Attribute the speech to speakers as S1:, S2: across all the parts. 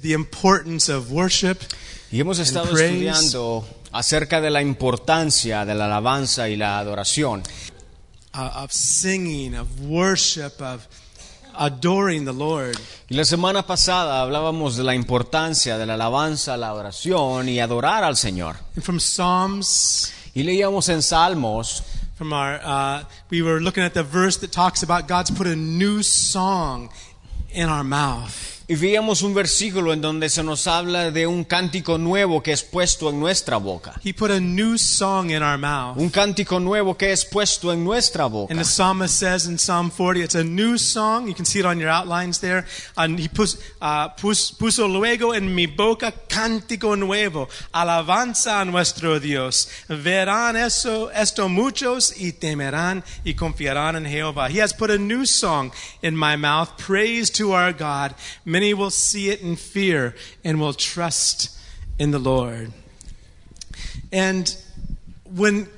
S1: the importance of worship.
S2: Y hemos estado
S1: praise.
S2: estudiando acerca de la importancia de la alabanza y la adoración,
S1: uh, of singing, of worship, of adoring the Lord.
S2: Y la semana pasada hablábamos de la importancia de la alabanza, la oración y adorar al Señor.
S1: And from Psalms,
S2: Y leíamos en Salmos,
S1: from our, uh, we were looking at the verse that talks about God's put a new song in our mouth.
S2: y veíamos un versículo en donde se nos habla de un cántico nuevo que es puesto en nuestra boca.
S1: He put a new song in our mouth.
S2: Un cántico nuevo que es puesto en nuestra
S1: And
S2: boca.
S1: the psalmist says in Psalm 40, it's a new song. You can see it on your outlines there. And he pus, uh, pus, puso luego en mi boca cántico nuevo, alabanza a nuestro Dios. Verán eso, esto muchos y temerán y confiarán en Jehová. He has put a new song in my mouth, praise to our God. Many will see it in fear and will trust in the Lord. And when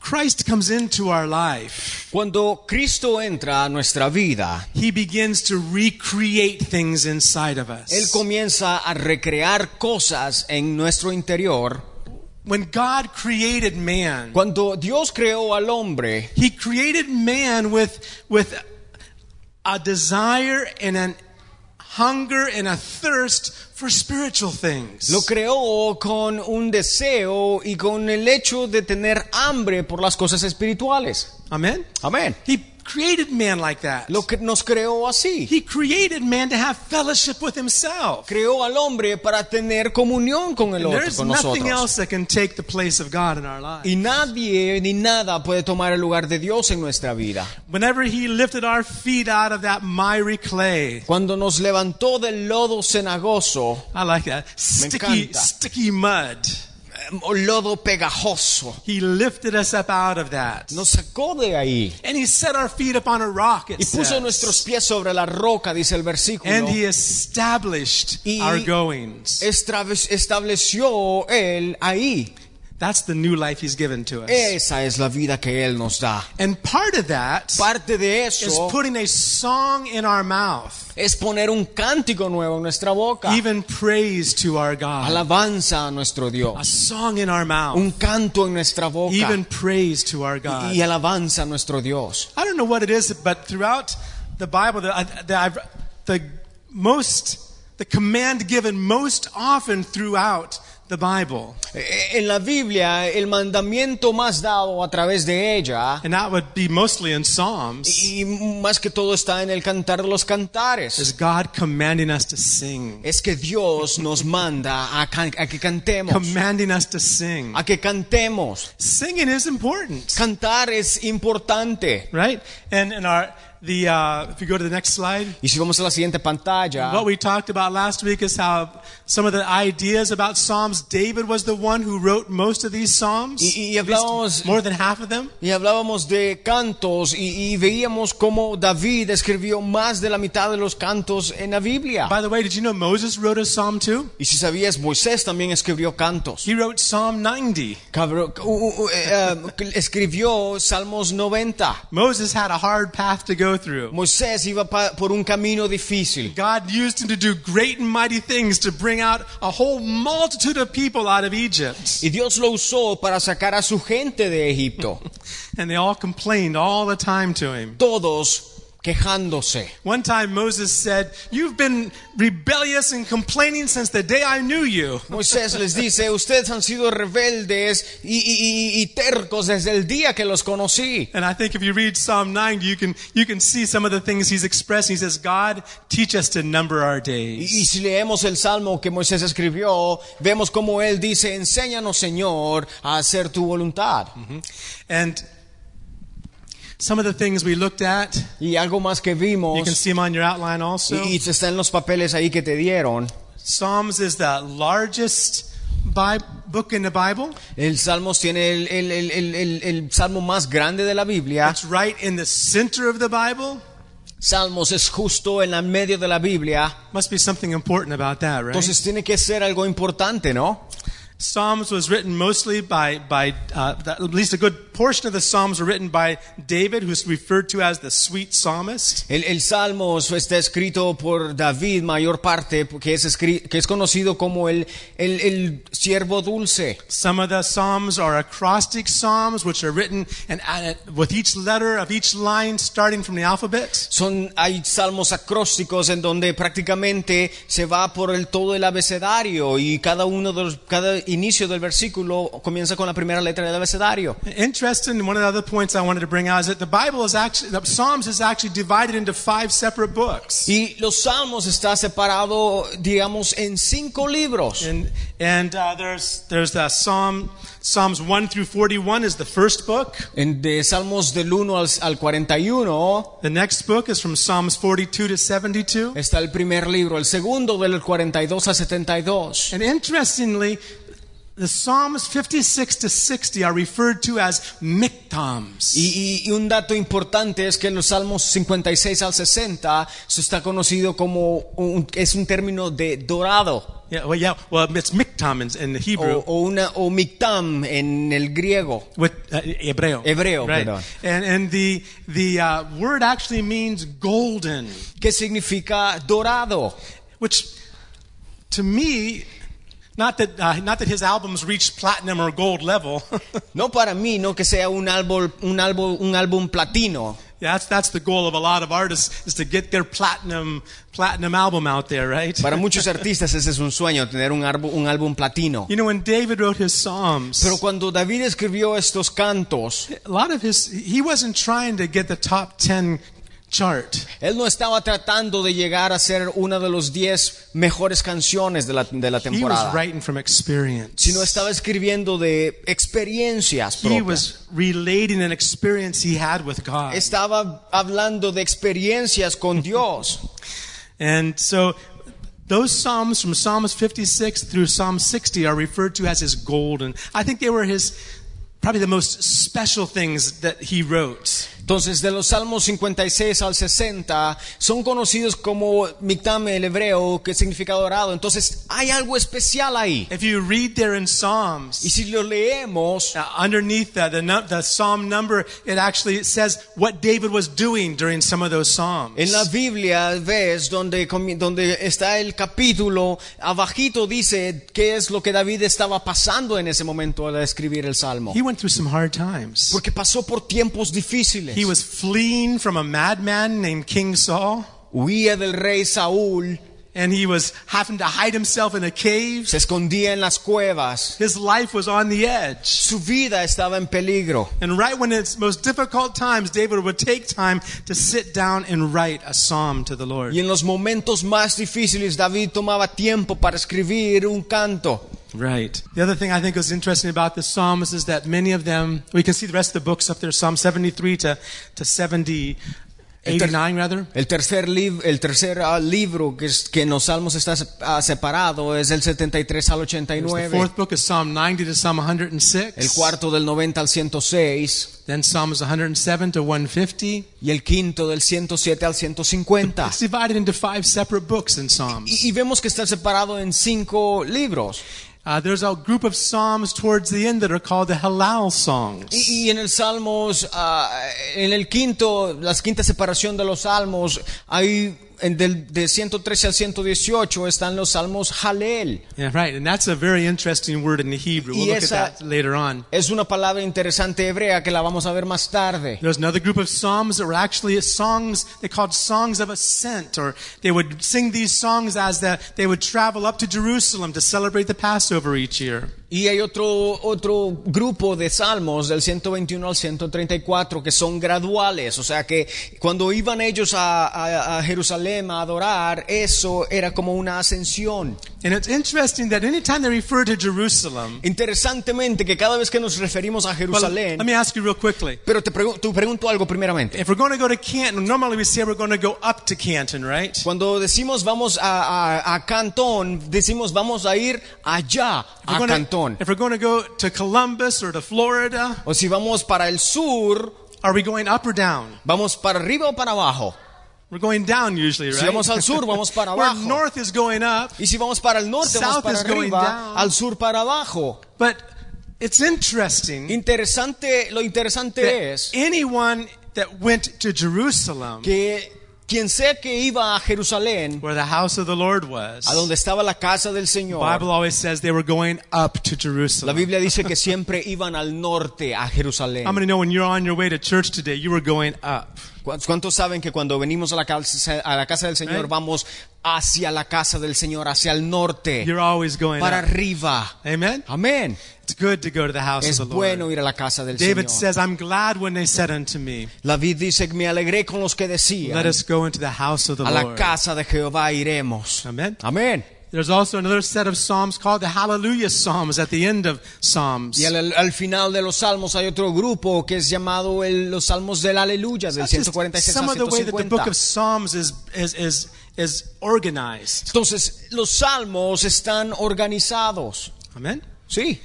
S1: Christ comes into our life,
S2: Cuando Cristo entra a nuestra vida,
S1: He begins to recreate things inside of us.
S2: Él comienza a recrear cosas en nuestro interior.
S1: when God created man,
S2: Cuando Dios creó al hombre,
S1: He created man with, with a desire and an hunger and a thirst for spiritual things.
S2: Lo creó con un deseo y con el hecho de tener hambre por las cosas espirituales.
S1: Amen?
S2: Amén.
S1: He created man like that.
S2: Lo que nos creó así.
S1: He created man to have fellowship with himself.
S2: Creó al hombre para tener comunión con el otro,
S1: There's
S2: con
S1: nothing
S2: nosotros.
S1: else that can take the place of God in our lives.
S2: Y nadie ni nada puede tomar el lugar de Dios en nuestra vida.
S1: Whenever He lifted our feet out of that miry clay,
S2: Cuando nos levantó del lodo cenagoso,
S1: I like that.
S2: Me
S1: Sticky,
S2: encanta.
S1: sticky mud.
S2: eh, lodo pegajoso,
S1: He lifted us up out of that.
S2: nos sacó de ahí
S1: And he set our feet upon a rock. It
S2: y puso
S1: says.
S2: nuestros pies sobre la roca, dice el versículo.
S1: And he established
S2: Y- eh-
S1: our goings.
S2: Estrabe- Estableció él ahí.
S1: That's the new life he's given to us.
S2: Esa es la vida que Él nos da.
S1: and part of that is
S2: Parte de eso
S1: putting a song in our mouth,
S2: es poner un cántico nuevo en nuestra boca.
S1: even praise to our God.
S2: Alabanza a nuestro
S1: a
S2: Dios.
S1: song in our mouth,
S2: Un canto en nuestra boca.
S1: even praise to our God.
S2: Y alabanza a nuestro Dios.
S1: I don't know what it is, but throughout the Bible, the, the, I've, the most, the command given most often throughout the Bible,
S2: Eh, En la Biblia, el mandamiento más dado a través de ella,
S1: and that would be mostly in Psalms,
S2: y más que todo está en el cantar de los
S1: is
S2: cantares,
S1: God commanding us to sing,
S2: es que Dios nos manda a, can- a que cantemos.
S1: commanding us to sing.
S2: A que cantemos.
S1: Singing is important,
S2: Cantar es importante.
S1: right? And in our the uh, if you go to the next slide.
S2: Y si vamos a la siguiente pantalla.
S1: What we talked about last week is how some of the ideas about Psalms. David was the one who wrote most of these Psalms.
S2: Y- y
S1: at least
S2: hablamos-
S1: more than half of them.
S2: Y hablábamos de cantos y, y veíamos cómo David escribió más de la mitad de los cantos en la Biblia.
S1: By the way, did you know Moses wrote a psalm too?
S2: Y si sabías, Moisés también escribió cantos.
S1: He wrote Psalm 90.
S2: Cabro- u- u- u- eh, eh, escribió Salmos 90.
S1: Moses had a hard path to go through.
S2: Moisés iba pa- por un camino difícil.
S1: God used him to do great and mighty things to bring out a whole multitude of people out of Egypt.
S2: Y Dios lo usó para sacar a su gente de Egipto.
S1: And they all complained all the time to him.
S2: Todos quejándose.
S1: One time Moses said, You've been rebellious and complaining since the day I knew you.
S2: Moisés les dice, ustedes han sido rebeldes y- y- y- y tercos desde el día que los conocí.
S1: And I think if you read Psalm 90, you can, you can see some of the things he's expressing. He says, God, teach us to number our days.
S2: Y, y si leemos el salmo que Moisés escribió, vemos como él dice, enséñanos Señor a hacer tu voluntad.
S1: And some of the things we looked at,
S2: Y algo más que
S1: you can
S2: vimos,
S1: see them on your outline
S2: y,
S1: also.
S2: y está en los papeles ahí que te dieron,
S1: Psalms is the largest Bi- book in the Bible.
S2: el Salmos tiene el, el- el- el- el- el salmo más grande de la Biblia.
S1: It's right in the center of the Bible.
S2: Salmos es justo en la medio de la Biblia.
S1: Must be something important about that, right?
S2: Entonces tiene que ser algo importante, ¿no?
S1: Psalms was written mostly by, by uh, the- at least a good portion of the Psalms were written by David, who's referred to as the sweet psalmist.
S2: El, el Salmo está escrito por David, mayor parte, que es, escri- que es conocido como el, el, el siervo dulce.
S1: Some of the Psalms are acrostic Psalms, which are written and added with each letter of each line starting from the alphabet.
S2: Son, hay salmos acrósticos en donde prácticamente se va por el, todo el abecedario y cada, uno de los- cada inicio del versículo comienza con la primera letra del abecedario.
S1: Interesting, one of the other points I wanted to bring out is that the Bible is actually, the Psalms is actually divided into five separate books.
S2: Y los salmos está separado, digamos, en cinco libros.
S1: And, and uh, there's, there's the Psalm, Psalms 1 through 41 is the first book.
S2: En, de salmos del 1 al, al 41
S1: The next book is from Psalms 42 to 72.
S2: está el primer libro, el segundo del 42 al 72.
S1: And interestingly, the Psalms 56 to 60 are referred to as miktoms.
S2: Y, y- y un dato importante es que los salmos 56 al 60 se está conocido como un- es un término de dorado
S1: Yeah, well, yeah, well, it's miktam in, in the
S2: o,
S1: Hebrew.
S2: o una o mictam en el griego.
S1: With uh, Hebreo,
S2: Hebreo,
S1: right?
S2: perdón.
S1: and and the the uh, word actually means golden,
S2: ¿Qué significa dorado?
S1: which to me, not that uh, not that his albums reached platinum or gold level, yeah,
S2: No para mí, no que sea un álbum un álbum un álbum platino,
S1: that's that's the goal of a lot of artists is to get their platinum platinum album out there, right?
S2: Para muchos artistas ese es un sueño, tener un, arbo- un álbum platino.
S1: You know, when David wrote his Psalms,
S2: Pero cuando David escribió estos cantos,
S1: a lot of his he wasn't trying to get the top 10 chart
S2: él no estaba tratando de llegar a ser una de los 10 mejores canciones de la, de la
S1: he was
S2: temporada,
S1: writing from experience
S2: sino estaba escribiendo de experiencias
S1: he
S2: propias.
S1: was relating an experience he had with god
S2: Estaba hablando de experiencias con Dios.
S1: and so those psalms from psalms 56 through psalm 60 are referred to as his golden i think they were his probably the most special things that he wrote
S2: Entonces, de los Salmos 56 al 60, son conocidos como Mictame, el hebreo, que significa dorado. Entonces, hay algo especial ahí.
S1: if you read there in
S2: Y
S1: psalms
S2: si lo leemos,
S1: uh, underneath the, the, nu- the psalm number it actually says what david was doing during some of those psalms
S2: En la Biblia ves donde, comi- donde está el capítulo, abajito dice qué es lo que David estaba pasando en ese momento al escribir el Salmo.
S1: he went through some hard times
S2: Porque pasó por tiempos difíciles.
S1: He was fleeing from a madman named King Saul,
S2: Huía del rey Saúl,
S1: and he was having to hide himself in a cave.
S2: se escondía en las cuevas.
S1: His life was on the edge.
S2: Su vida estaba en peligro.
S1: And right when it's most difficult times, David would take time to sit down and write a psalm to the Lord.
S2: Y en los momentos más difíciles David tomaba tiempo para escribir un canto.
S1: Right. The other thing I think is interesting about the psalms is that many of them, we can see the rest of the books up there, Psalm 73 to, to 70, 89 rather.
S2: El tercer, lib- el tercer ah, libro que, es- que en los salmos está se- ah, separado es del 73 al
S1: The
S2: 89.
S1: fourth book is Psalm 90 to Psalm
S2: el
S1: 106.
S2: cuarto del 90 al 106
S1: Then Psalms 107 to 150.
S2: y el quinto del 107 al 150.
S1: It's divided into five separate books in Psalms.
S2: Y, y vemos que está separado en cinco libros.
S1: Uh, there's a group of Psalms towards the end that are called the Halal Songs.
S2: Y, y en el Salmos, ah, en el quinto, las quinta separación de los Salmos, hay en del, de 113 al 118 están los Salmos Halel.
S1: Yeah, right, and that's a very interesting word in the Hebrew. We'll
S2: Y
S1: look at
S2: esa-
S1: that later on.
S2: Es una palabra interesante hebrea que la vamos a ver más tarde.
S1: There's another group of Psalms that were actually songs, they called songs of ascent, or they would sing these songs as the, they would travel up to Jerusalem to celebrate the Passover each year.
S2: Y hay otro, otro grupo de salmos del 121 al 134 que son graduales, o sea que cuando iban ellos a, a- a Jerusalén a adorar, eso era como una ascensión.
S1: And it's interesting that anytime they refer to Jerusalem,
S2: Interesantemente que cada vez que nos referimos a
S1: well, let
S2: Jerusalén,
S1: me ask you real quickly.
S2: pero te, pregun- te pregunto algo primeramente.
S1: If we're going to go to Canton, normally we say we're going to go up to Canton, right?
S2: Cuando decimos vamos a, a- a Cantón, decimos vamos a ir allá a
S1: We're gonna-
S2: Cantón.
S1: If we're going to go to Columbus or to Florida,
S2: O si vamos para el sur,
S1: are we going up or down?
S2: vamos para arriba o para abajo.
S1: We're going down usually, right?
S2: Si vamos al sur, vamos para
S1: Where
S2: abajo.
S1: north is going up,
S2: Y si vamos para el norte, vamos
S1: South
S2: para
S1: is going
S2: arriba,
S1: down.
S2: al sur para abajo.
S1: but It's interesting
S2: Interesante, lo interesante
S1: that
S2: es
S1: anyone that went to Jerusalem,
S2: que quien sea que iba a Jerusalén,
S1: where the house of the Lord was,
S2: a donde estaba la casa del
S1: the
S2: Señor,
S1: Bible always says they were going up to
S2: la
S1: Jerusalem.
S2: Biblia dice que siempre iban al norte, a Jerusalén.
S1: How many know when you're on your way to church today, you were going up?
S2: ¿Cuántos cuántos saben que cuando venimos a la casa, a la casa del Señor
S1: Right.
S2: vamos hacia la casa del Señor, hacia el norte,
S1: You're always going
S2: para
S1: up.
S2: arriba?
S1: Amen?
S2: Amén.
S1: It's good to go to the house
S2: Es
S1: of the Lord.
S2: bueno ir a la casa del
S1: David
S2: Señor.
S1: says, I'm glad when they said unto me,
S2: David dice, me alegré con los que
S1: Let
S2: decían,
S1: us go into the house of the
S2: a la
S1: Lord.
S2: casa de Jehová iremos.
S1: Amen.
S2: Amén.
S1: There's also another set of Psalms called the Hallelujah Psalms at the end of Psalms.
S2: Y al, al final de los salmos hay otro grupo que es llamado el- los salmos del aleluya, del
S1: That's just
S2: 146
S1: some
S2: al
S1: of the way that the book
S2: 150.
S1: of Psalms is, is, is, is organized.
S2: Entonces, los salmos están organizados.
S1: Amen?
S2: Sí.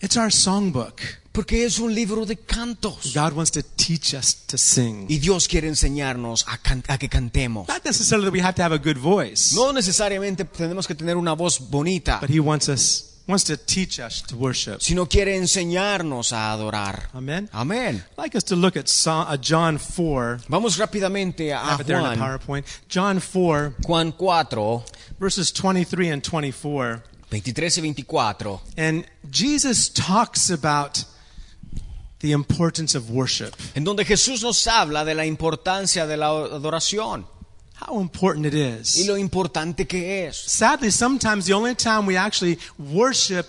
S1: It's our songbook.
S2: Porque es un libro de cantos.
S1: God wants to teach us to sing.
S2: Y Dios quiere enseñarnos a, can- a que cantemos.
S1: Not necessarily that we have to have a good voice,
S2: No necesariamente tenemos que tener una voz bonita,
S1: but He wants us wants to teach us to worship.
S2: sino quiere enseñarnos a adorar.
S1: Amen. I'd
S2: Amén.
S1: like us to look at Psalm, uh, John 4.
S2: Vamos rápidamente a
S1: Have it there in the
S2: Juan,
S1: PowerPoint. John 4,
S2: Juan 4,
S1: verses 23 and 24.
S2: 23 y 24.
S1: And Jesus talks about the importance of worship.
S2: en donde Jesús nos habla de la importancia de la adoración
S1: How important it
S2: y
S1: is.
S2: lo importante que es.
S1: Sadly, sometimes the only time we actually worship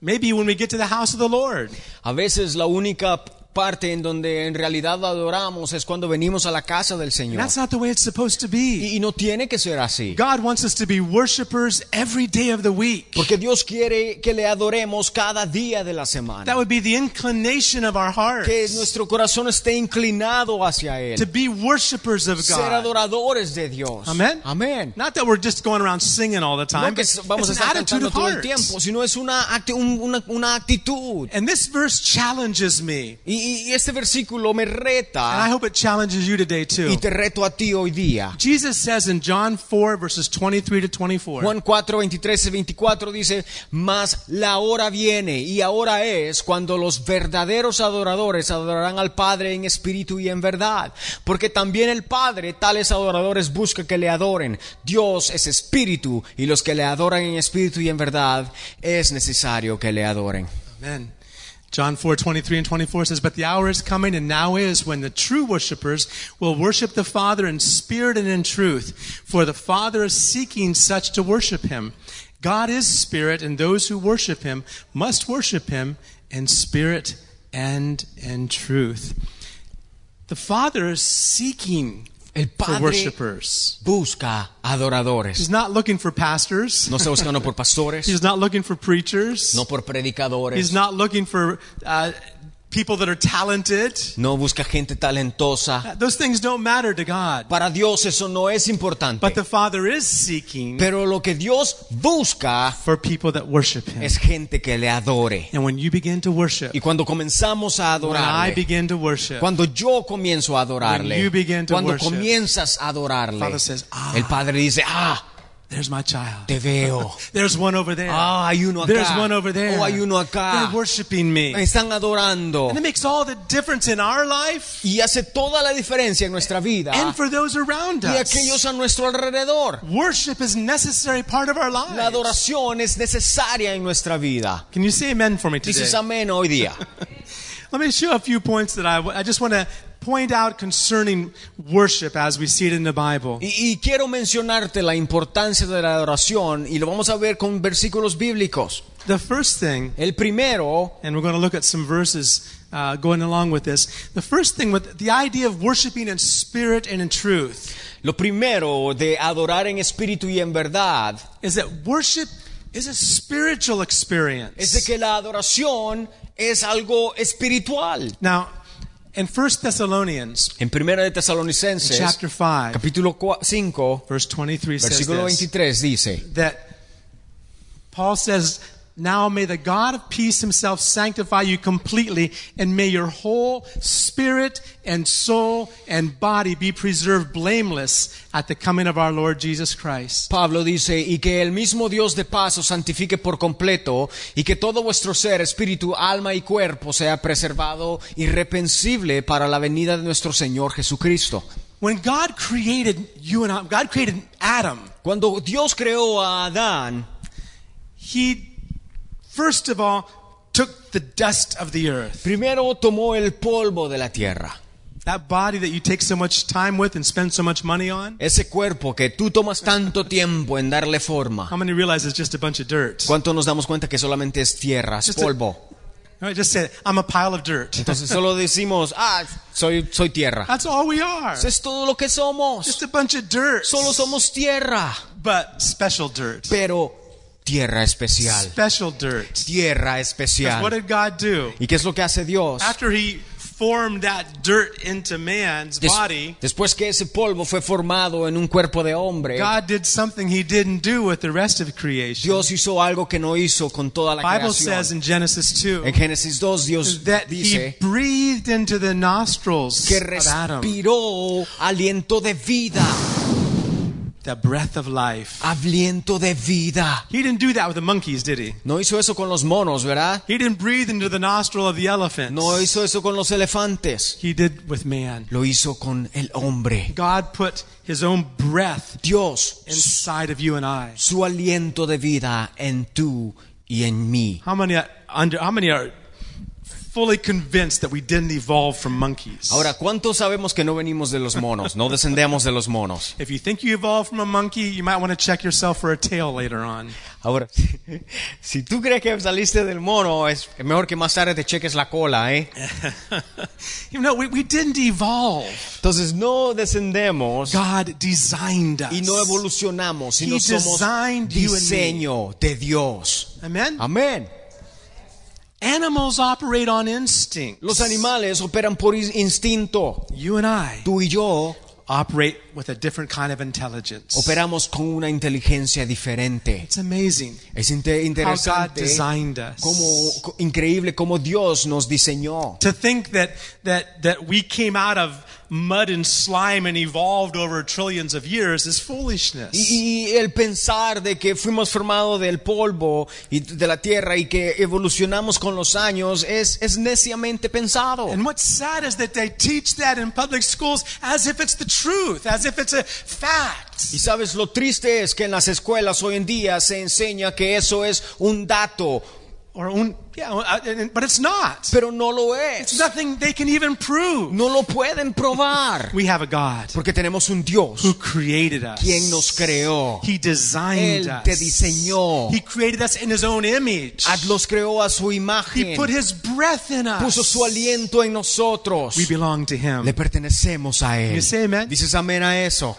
S1: maybe when we get to the house of the Lord.
S2: A veces la única parte en donde en realidad adoramos es cuando venimos a la casa del
S1: And
S2: Señor.
S1: that's not the way it's supposed to be.
S2: Y, y no tiene que ser así.
S1: God wants us to be worshipers every day of the week.
S2: Porque Dios quiere que le adoremos cada día de la
S1: That
S2: semana.
S1: would be the inclination of our heart
S2: Que
S1: to
S2: nuestro corazón esté inclinado hacia Él.
S1: be worshipers of
S2: Ser
S1: God.
S2: adoradores de Dios.
S1: Amen.
S2: Amén.
S1: Not that we're just going around singing all the time.
S2: No que
S1: but
S2: vamos a
S1: it's an
S2: estar
S1: attitude
S2: cantando
S1: of
S2: todo el
S1: heart.
S2: tiempo, sino es una, acti- un- una, una actitud.
S1: And this verse challenges me.
S2: Y, y- y este versículo me reta.
S1: And I hope it challenges you today too.
S2: Ah. Y te reto a ti hoy día.
S1: Jesus says in John 4, verses 23 to 24,
S2: Juan 4, 23 y 24 dice, mas la hora viene y ahora es cuando los verdaderos adoradores adorarán al Padre en espíritu y en verdad, porque también el Padre tales adoradores busca que le adoren. Dios es espíritu y los que le adoran en espíritu y en verdad es necesario que le adoren.
S1: Amen. John 4, 23 and 24 says, But the hour is coming and now is when the true worshipers will worship the Father in spirit and in truth, for the Father is seeking such to worship him. God is spirit, and those who worship him must worship him in spirit and in truth. The Father is seeking
S2: El
S1: for
S2: Padre
S1: worshipers.
S2: busca adoradores.
S1: He's not looking for pastors.
S2: No está buscando por pastores,
S1: He's not looking for preachers.
S2: no por predicadores.
S1: He's not looking for uh, people that are talented.
S2: No busca gente talentosa.
S1: Those things don't matter to God.
S2: Para Dios eso no es importante.
S1: But the Father is seeking
S2: Pero lo que Dios busca
S1: for people that worship Him.
S2: es gente que le adore.
S1: And when you begin to worship,
S2: Y cuando comenzamos a
S1: when I
S2: adorarle,
S1: begin to worship,
S2: cuando yo comienzo a
S1: When
S2: adorarle,
S1: you begin to
S2: cuando
S1: worship,
S2: comienzas a adorarle,
S1: Father says, "Ah."
S2: el Padre dice, ah,
S1: there's my child.
S2: te veo.
S1: There's one over there.
S2: Ah, hay uno acá.
S1: There's one over there.
S2: Oh, hay uno acá.
S1: They're worshiping me.
S2: Me están adorando.
S1: And it makes all the difference in our life
S2: Y hace toda la diferencia en nuestra vida
S1: and for those around
S2: Ah. y
S1: us.
S2: aquellos a nuestro alrededor.
S1: Worship is a necessary part of our
S2: La
S1: lives.
S2: adoración es necesaria en nuestra vida.
S1: Can you say amen for me today?
S2: Dices amén hoy día.
S1: Let me show a few points that I, I just want to point out concerning worship as we see it in the Bible.
S2: Y, y quiero mencionarte la importancia de la adoración y lo vamos a ver con versículos bíblicos.
S1: The first thing,
S2: El primero,
S1: and we're going to look at some verses uh, going along with this. The first thing with the idea of worshiping in spirit and in truth
S2: lo primero de adorar en espíritu y en verdad,
S1: is that worship is a spiritual experience.
S2: es de que la adoración es algo espiritual.
S1: now, in First Thessalonians
S2: En primera de Tesalonicenses,
S1: chapter 5,
S2: capítulo 5,
S1: verse 23 says
S2: versículo
S1: this,
S2: 23 dice,
S1: that Paul says Now may the God of peace himself sanctify you completely, and may your whole spirit and soul and body be preserved blameless at the coming of our Lord Jesus Christ.
S2: Pablo dice, y que el mismo Dios de paz os santifique por completo, y que todo vuestro ser, espíritu, alma y cuerpo sea preservado irreprensible para la venida de nuestro Señor Jesucristo.
S1: When God created you and I, God created Adam,
S2: Cuando Dios creó a Adán,
S1: he first of all took the dust of the earth.
S2: primero tomó el polvo de la tierra,
S1: That body that you take so much time with and spend so much money on.
S2: ese cuerpo que tú tomas tanto tiempo en darle forma.
S1: How many realize it's just a bunch of dirt?
S2: ¿Cuánto nos damos cuenta que solamente es tierra, es
S1: Just a-
S2: polvo?
S1: All right, just say, it. I'm a pile of dirt.
S2: Entonces solo decimos, ah, soy, soy tierra.
S1: That's all we are.
S2: Eso es todo lo que somos.
S1: Just a bunch of dirt.
S2: Solo somos tierra.
S1: But special dirt.
S2: Pero tierra especial.
S1: Special dirt.
S2: Tierra
S1: What
S2: especial.
S1: did God do?
S2: ¿Y qué es lo que hace Dios?
S1: After he formed that dirt into man's
S2: Des-
S1: body,
S2: después que ese polvo fue formado en un cuerpo de hombre,
S1: God did something he didn't do with the rest of creation.
S2: Dios hizo algo que no hizo con toda la
S1: Bible says
S2: creación.
S1: in Genesis 2
S2: En Génesis 2 Dios
S1: that he
S2: dice
S1: breathed into the nostrils
S2: que
S1: of Adam
S2: respiró aliento de vida,
S1: the breath of life.
S2: aliento de vida.
S1: He didn't do that with the monkeys, did he?
S2: No hizo eso con los monos, ¿verdad?
S1: He didn't breathe into the nostril of the
S2: No
S1: elephants.
S2: hizo eso con los elefantes.
S1: He did with man.
S2: Lo hizo con el hombre.
S1: God put his own breath
S2: Dios,
S1: inside of you and I.
S2: su aliento de vida en tú y en mí.
S1: How many are, under, how many are fully convinced that we didn't evolve from monkeys?
S2: Ahora, ¿cuántos sabemos que no venimos de los monos? No descendemos de los monos.
S1: if you think you evolved from a monkey, you might want to check yourself for a tail later on.
S2: Ahora, si tú crees que saliste del mono, es mejor que más tarde te cheques la cola, ¿eh?
S1: you know, we, we didn't evolve.
S2: Entonces, no descendemos
S1: God designed us.
S2: y no evolucionamos,
S1: He
S2: sino somos
S1: designed you and me.
S2: diseño de Dios.
S1: Amen?
S2: Amén.
S1: Animals operate on instinct.
S2: Los animales operan por is- instinto.
S1: You and I
S2: Tú y yo
S1: operate with a different kind of intelligence.
S2: operamos con una inteligencia diferente.
S1: It's amazing
S2: Es inte-
S1: how God
S2: interesante
S1: designed us.
S2: cómo co- increíble cómo Dios nos diseñó.
S1: to think that that that we came out of mud and slime and evolved over trillions of years is foolishness.
S2: Y, y el pensar de que fuimos formados del polvo y de la tierra y que evolucionamos con los años es, es neciamente pensado.
S1: and what's sad is that they teach that in public schools as if it's the truth, as if it's a fact.
S2: Y sabes, lo triste es que en las escuelas hoy en día se enseña que eso es un dato,
S1: Or un, yeah, uh, and- but it's not.
S2: pero no lo
S1: It's
S2: es.
S1: nothing they can even prove.
S2: No lo pueden probar.
S1: We have a God
S2: Porque tenemos un Dios.
S1: who created us.
S2: Quien nos creó.
S1: He designed
S2: Él
S1: us.
S2: te diseñó.
S1: He created us in his own image.
S2: Ad- Los creó a su
S1: He
S2: imagen.
S1: put his breath in us.
S2: Puso su aliento en nosotros.
S1: We belong to him.
S2: Le pertenecemos a Él.
S1: You say amen?
S2: Dices amén a eso.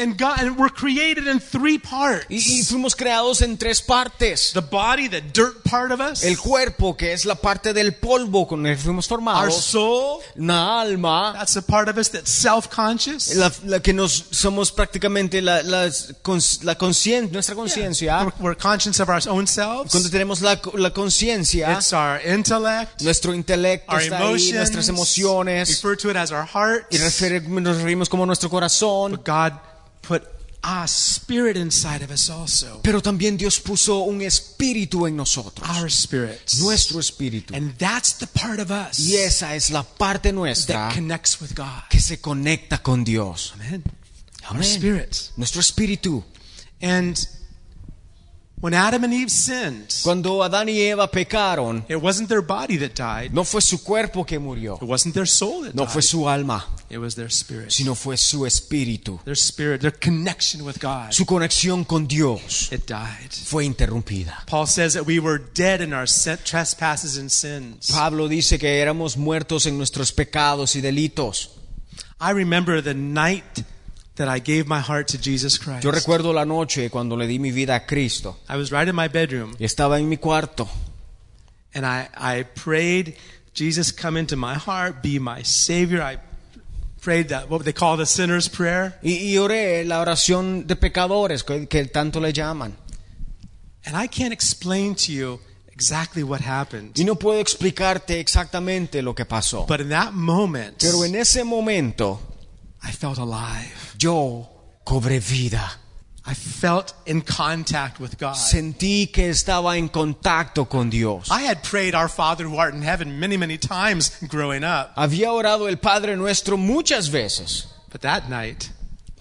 S1: And God, and we're created in three parts:
S2: Y, y fuimos creados en tres partes.
S1: the body, the dirt part of us,
S2: El cuerpo, que es la parte del polvo con el que fuimos
S1: our
S2: formados.
S1: soul.
S2: Una alma,
S1: That's the part of us that's self-conscious.
S2: la, la que nos somos prácticamente la, las cons- la conscien- nuestra conciencia.
S1: We're, we're conscious of our own selves.
S2: Cuando tenemos la, la conciencia,
S1: It's our intellect,
S2: nuestro intelecto
S1: our
S2: está ahí,
S1: emotions.
S2: nuestras emociones.
S1: Refer to it as our heart.
S2: Y refer- nos referimos como nuestro corazón.
S1: God put our spirit inside of us also.
S2: Pero también Dios puso un espíritu en nosotros.
S1: Our spirit.
S2: Nuestro espíritu.
S1: And that's the part of us
S2: Y esa es la parte nuestra
S1: that connects with God.
S2: que se conecta con Dios.
S1: Amen. Our
S2: Amén.
S1: spirit.
S2: Nuestro espíritu.
S1: And when Adam and Eve sinned,
S2: Cuando Adán y Eva pecaron,
S1: It wasn't their body that died.
S2: no fue su cuerpo que murió,
S1: It wasn't their soul that
S2: no
S1: died.
S2: fue su alma,
S1: It was their spirit.
S2: sino fue su espíritu.
S1: Their spirit, their connection with God.
S2: Su conexión con Dios
S1: It died.
S2: fue interrumpida.
S1: Paul says that we were dead in our sin- trespasses and sins.
S2: Pablo dice que éramos muertos en nuestros pecados y delitos.
S1: I remember the night that I gave my heart to Jesus Christ.
S2: Yo recuerdo la noche cuando le di mi vida a Cristo.
S1: I was right in my bedroom
S2: Y estaba en mi cuarto
S1: and I, I prayed, Jesus, come into my heart, be my Savior. I prayed that, what they call the sinner's prayer.
S2: y, y oré la oración de pecadores que, que tanto le llaman.
S1: And I can't explain to you exactly what happened.
S2: Y no puedo explicarte exactamente lo que pasó.
S1: But in that moment,
S2: Pero en ese momento
S1: I felt alive.
S2: yo cobré vida.
S1: I felt in contact with God.
S2: Sentí que estaba en contacto con Dios.
S1: I had prayed our Father who art in heaven many, many times growing up.
S2: Había orado el Padre Nuestro muchas veces,
S1: But that night,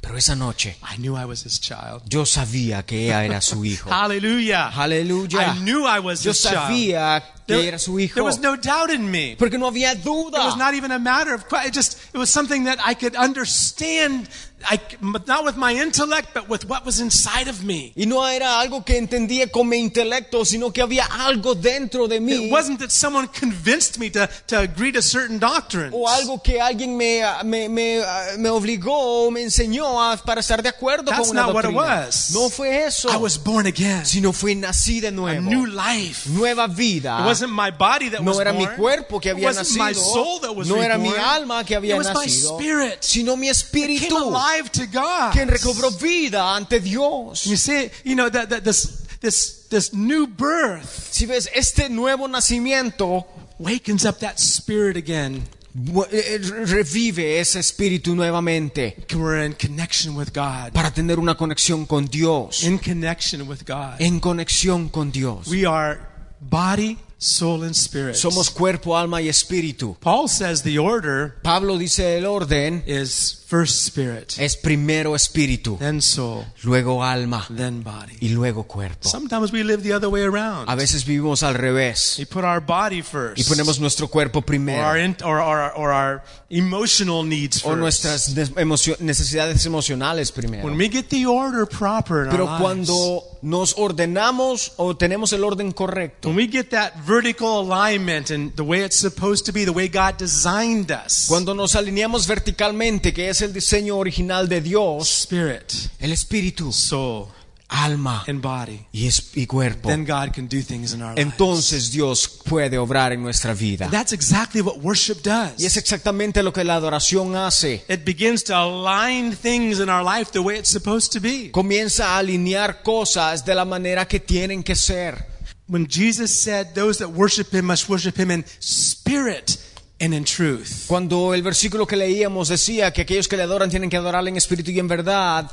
S2: pero esa noche
S1: I knew I was his child.
S2: yo sabía que ella era su hijo.
S1: Hallelujah.
S2: Aleluya.
S1: I knew I was
S2: Yo
S1: his child.
S2: sabía que era su hijo. Ah.
S1: there was no doubt in me. It
S2: Porque no había duda.
S1: was not even a matter of que- it just it was something that I could understand I c- not with my intellect but with what was inside of me.
S2: Y no era algo que entendía con mi intelecto, sino que había algo dentro de mí.
S1: It wasn't that someone convinced me to, to agree to certain doctrines.
S2: O algo que alguien me, ah, me, me, ah, me obligó o me enseñó a- para estar de acuerdo
S1: That's
S2: con una
S1: not what it
S2: doctrina.
S1: was.
S2: No fue eso.
S1: I was born again.
S2: Sino fue nací de
S1: A
S2: nuevo.
S1: new life.
S2: Nueva vida.
S1: It wasn't my body that was
S2: Ah. No era mi
S1: born.
S2: cuerpo que
S1: it
S2: había
S1: wasn't my soul that
S2: nacido.
S1: was
S2: No era mi
S1: reborn.
S2: alma que
S1: it
S2: había
S1: was my
S2: nacido.
S1: spirit.
S2: Sino mi
S1: It came
S2: espíritu.
S1: alive to God.
S2: Quien recobró vida ante Dios.
S1: You see, you know that, that this this this new birth
S2: Si ves, este nuevo nacimiento
S1: wakens up that spirit again.
S2: bu- eh, revive ese espíritu nuevamente
S1: We're in connection with God.
S2: para tener una conexión con Dios.
S1: In connection with God.
S2: En conexión con Dios.
S1: We are body, soul, and spirit.
S2: Somos cuerpo, alma y espíritu.
S1: Paul says the order
S2: Pablo dice el orden
S1: is first spirit,
S2: es primero espíritu,
S1: then soul,
S2: luego alma
S1: then body.
S2: y luego cuerpo.
S1: Sometimes we live the other way around.
S2: A veces vivimos al revés
S1: We put our body
S2: y
S1: first,
S2: ponemos nuestro cuerpo
S1: or our,
S2: primero
S1: in, or, or, or our emotional needs
S2: o
S1: first.
S2: nuestras des- emocio- necesidades emocionales primero.
S1: When we get the order proper in
S2: Pero
S1: our lives,
S2: cuando nos ordenamos o tenemos el orden correcto,
S1: When we get that vertical alignment and the way it's supposed to be, the way God designed us,
S2: cuando nos alineamos verticalmente, que es el diseño original de Dios,
S1: spirit,
S2: el espíritu,
S1: soul,
S2: alma
S1: and body,
S2: y, es- y cuerpo,
S1: then God can do things in our lives.
S2: Oh. entonces Dios puede obrar en nuestra vida.
S1: That's exactly what worship does.
S2: Y es exactamente lo que la adoración hace.
S1: It begins to align things in our life the way it's supposed to be.
S2: Comienza a alinear cosas de la manera que tienen que ser.
S1: When Jesus said, Those that worship him must worship him in spirit and in truth,
S2: Cuando el versículo que leíamos decía que aquellos que le adoran tienen que adorarle en espíritu y en verdad,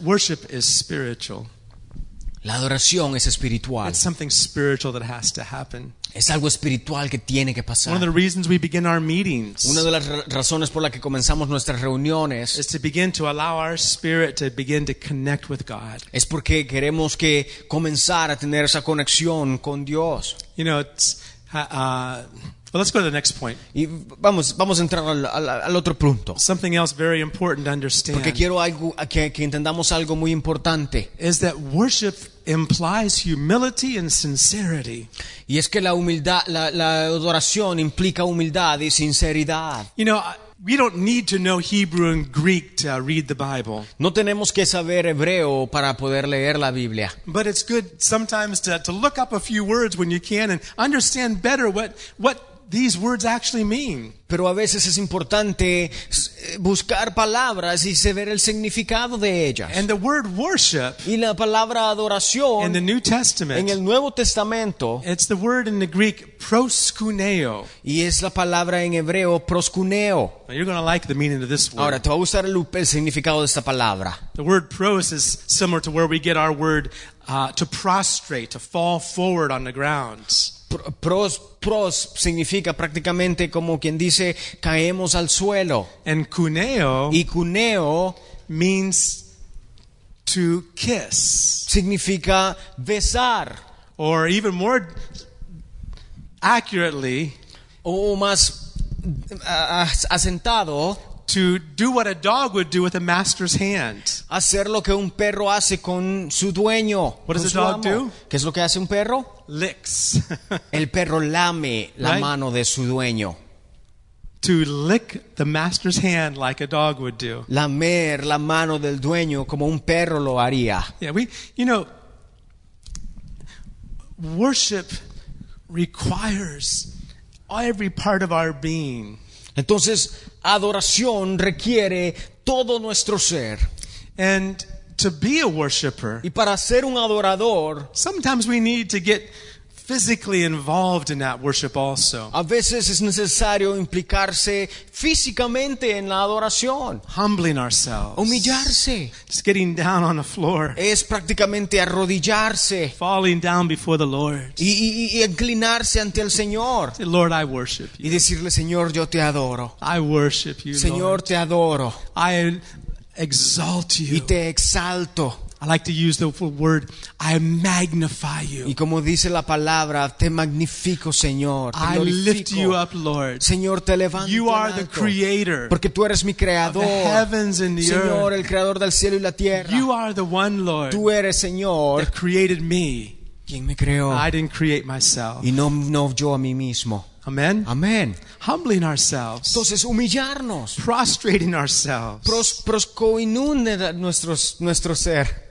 S1: worship is spiritual.
S2: la adoración es espiritual.
S1: It's something spiritual that has to happen.
S2: Es algo espiritual que tiene que
S1: One of
S2: pasar.
S1: the reasons we begin our meetings.
S2: Una de las ra- razones por la que comenzamos nuestras reuniones
S1: is to begin to allow our spirit to begin to connect with God.
S2: es porque queremos que comenzar a tener esa conexión con Dios.
S1: You know, it's, uh, uh, well, let's go to the next point.
S2: Y vamos, vamos a entrar al, al- al otro punto.
S1: Something else very important to
S2: Porque
S1: understand
S2: quiero algo, que- que entendamos algo muy importante.
S1: is that worship implies humility and sincerity.
S2: Y es que la humildad, la, la adoración implica humildad y sinceridad.
S1: You know, I- we don't need to know Hebrew and Greek to uh, read the Bible,
S2: No tenemos que saber hebreo para poder leer la Biblia.
S1: but it's good sometimes to, to look up a few words when you can and understand better what, what these words actually mean.
S2: Pero a veces es importante eh, buscar palabras y saber el significado de ellas.
S1: And the word worship
S2: Y la palabra
S1: in the
S2: adoración
S1: New Testament
S2: en el Nuevo Testamento
S1: It's the word in the Greek proskuneo.
S2: y es la palabra en hebreo proscuneo.
S1: Now, you're going to like the meaning of this word.
S2: Ahora, te va a gustar el, el significado de esta palabra.
S1: The word pros is similar to where we get our word uh, to prostrate, to fall forward on the ground.
S2: Pro- Pros, pros significa prácticamente como quien dice caemos al suelo.
S1: And kuneo
S2: Y cuneo
S1: means to kiss,
S2: significa besar.
S1: or even more accurately,
S2: O más a- a- asentado,
S1: to do what a dog would do with a master's hand.
S2: hacer lo que un perro hace con su dueño.
S1: What
S2: con
S1: does
S2: su
S1: a dog
S2: amo.
S1: do?
S2: ¿Qué es lo que hace un perro?
S1: Licks.
S2: El perro lame la
S1: Right.
S2: mano de su dueño.
S1: to lick the master's hand like a dog would do.
S2: Lamer la mano del dueño como un perro lo haría.
S1: Yeah, we, you know, worship requires every part of our being.
S2: Entonces, adoración requiere todo nuestro ser.
S1: And to be a worshiper,
S2: Y para ser un adorador,
S1: sometimes we need to get physically involved in that worship also.
S2: A veces es necesario implicarse físicamente en la adoración,
S1: Humbling
S2: Oh,
S1: ourselves.
S2: humillarse,
S1: Just getting down on the floor.
S2: es prácticamente arrodillarse
S1: Falling down before the Lord.
S2: y, y- y inclinarse ante el Señor
S1: Say, Lord, I worship you.
S2: y decirle, Señor, yo te adoro,
S1: I worship you,
S2: Señor,
S1: Lord.
S2: te adoro
S1: I exalt
S2: y
S1: you.
S2: te exalto.
S1: I like to use the word, I magnify
S2: Y
S1: you.
S2: como dice la palabra, te magnifico, Señor, te
S1: I lift you
S2: glorifico.
S1: up, Lord.
S2: Señor, te levanto.
S1: You are
S2: en
S1: the
S2: alto,
S1: creator.
S2: Porque tú eres mi creador.
S1: of the heavens and the
S2: Señor,
S1: earth.
S2: el creador del cielo y la tierra.
S1: You are the one, Lord,
S2: Tú eres, Señor,
S1: that created me.
S2: quien me creó.
S1: I didn't create myself.
S2: Y Ah. no, no yo a mí mismo.
S1: Amen?
S2: Amén.
S1: Humbling ourselves,
S2: Entonces, humillarnos.
S1: prostrating ourselves.
S2: Pros, proscoinunde nuestros, nuestro ser.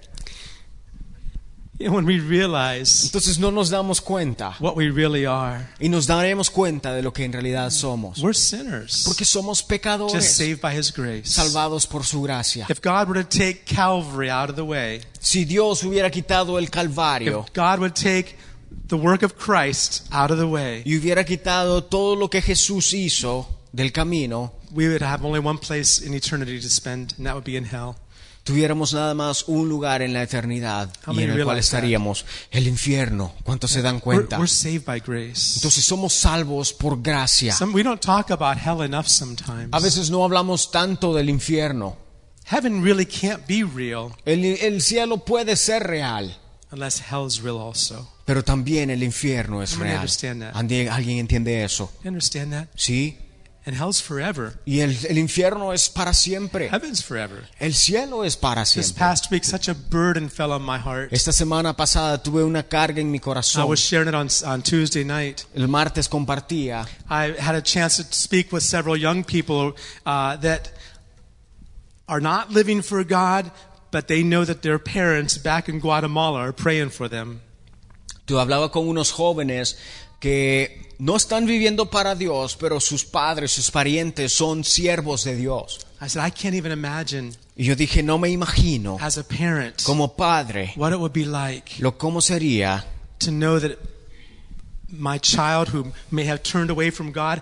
S1: You know, when we realize
S2: Entonces, no nos damos cuenta.
S1: what we really are,
S2: Y nos daremos cuenta de lo que en realidad somos.
S1: we're sinners,
S2: Porque somos
S1: just
S2: pecadores.
S1: saved by His grace.
S2: Salvados por su gracia.
S1: If God were to take Calvary out of the way,
S2: Si Dios hubiera quitado el Calvario
S1: if God would take the work of Christ out of the way,
S2: y hubiera quitado todo lo que Jesús hizo del camino,
S1: we would have only one place in eternity to spend, and that would be in hell.
S2: tuviéramos nada más un lugar en la eternidad
S1: How
S2: y
S1: many
S2: en el cual
S1: realize that?
S2: estaríamos el infierno. ¿Cuántos se dan
S1: We're,
S2: cuenta?
S1: we're saved by grace.
S2: Entonces somos salvos por gracia.
S1: Some, we don't talk about hell enough
S2: A
S1: sometimes.
S2: veces no hablamos tanto del infierno.
S1: Heaven really can't be real
S2: El, el cielo puede ser real,
S1: unless hell's real also.
S2: pero también el infierno es
S1: How many
S2: real.
S1: understand that?
S2: Andi- ¿Alguien entiende eso?
S1: You understand that?
S2: ¿Sí?
S1: And hell's forever.
S2: Y el, el infierno es para siempre.
S1: Heaven's forever.
S2: El cielo es para
S1: This
S2: siempre.
S1: past week, such a burden fell on my heart.
S2: Esta semana pasada tuve una carga en mi
S1: I
S2: corazón.
S1: was sharing it on, on Tuesday night.
S2: El martes compartía
S1: I had a chance to speak with several young people uh, that are not living for God, but they know that their parents back in Guatemala are praying for them.
S2: Yo hablaba con unos jóvenes que no están viviendo para Dios, pero sus padres, sus parientes son siervos de Dios.
S1: I said, I can't even imagine
S2: Y yo dije, no me imagino
S1: as a parent
S2: como padre
S1: what it would be like
S2: lo cómo sería
S1: to know that my child who may have turned away from God,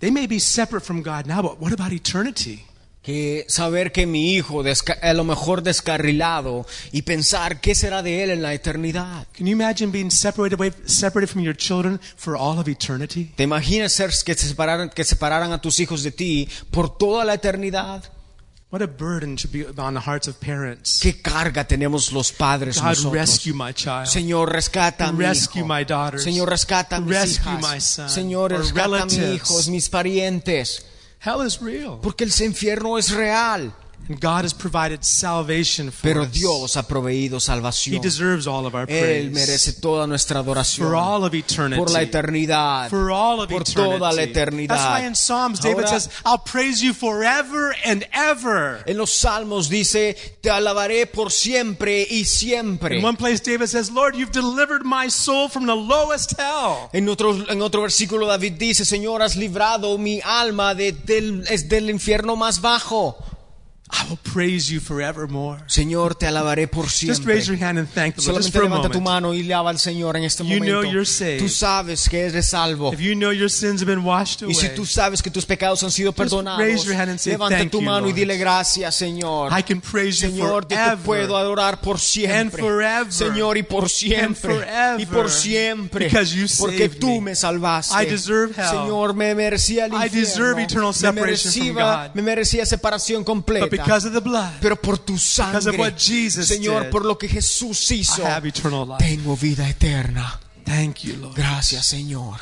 S1: they may be separate from God now, but what about eternity?
S2: que saber que mi hijo desca- a lo mejor descarrilado y pensar qué será de él en la eternidad.
S1: Can you imagine being separated away, separated from your children for all of eternity?
S2: ¿Te imaginas ser que se separaran, que separaran a tus hijos de ti por toda la eternidad?
S1: What a burden should be on the hearts of parents.
S2: ¿Qué carga tenemos los padres
S1: God,
S2: nosotros?
S1: rescue my child.
S2: Señor, rescata a mi
S1: Rescue
S2: hijo.
S1: my daughters.
S2: Señor, rescata a mis
S1: Rescue
S2: hijas.
S1: my son.
S2: Señor,
S1: Or
S2: rescata a mis
S1: relatives.
S2: hijos, mis parientes.
S1: Hell is real.
S2: Porque el infierno es real.
S1: And God has provided salvation for
S2: Pero
S1: us.
S2: Dios ha proveído
S1: He
S2: salvación.
S1: deserves all of our praise.
S2: Él merece toda nuestra adoración.
S1: For all of eternity.
S2: Por la eternidad.
S1: For all of
S2: por
S1: eternity.
S2: toda la
S1: That's why
S2: eternidad.
S1: in Psalms David
S2: Ahora,
S1: says, I'll praise you forever and ever.
S2: en los Salmos dice, te alabaré por siempre y siempre.
S1: In one place David says, Lord, you've delivered my soul from the lowest hell.
S2: En otro, en otro versículo David dice, Señor, has librado mi alma de- del, es del infierno más bajo.
S1: I will praise you forevermore.
S2: Señor, te alabaré por
S1: Just
S2: siempre.
S1: raise your hand and thank the Lord. Just
S2: Solamente
S1: for a
S2: levanta tu
S1: moment.
S2: mano y lava al Señor en este
S1: You know
S2: momento.
S1: you're saved.
S2: Tú sabes que eres salvo.
S1: If you know your sins have been washed away,
S2: Y si tú sabes que tus pecados han sido perdonados,
S1: raise your hand and say,
S2: levanta
S1: "Thank
S2: tu
S1: you,
S2: mano y
S1: Lord."
S2: dile gracias, Señor.
S1: I can praise you
S2: Señor, yo te
S1: forever.
S2: puedo adorar por siempre.
S1: And forever.
S2: Señor, y por siempre.
S1: forever.
S2: Y por siempre.
S1: Because you
S2: Porque
S1: saved me.
S2: tú me salvaste.
S1: I deserve hell.
S2: Señor, me merecía el
S1: I
S2: infierno.
S1: deserve eternal
S2: me,
S1: separation from
S2: merecía,
S1: God.
S2: me merecía separación completa.
S1: But because of the blood,
S2: Pero por tu sangre,
S1: of what Jesus
S2: Señor,
S1: did,
S2: por lo que Jesús
S1: I
S2: hizo,
S1: have eternal life.
S2: tengo vida eterna.
S1: Thank you, Lord.
S2: Gracias, Señor.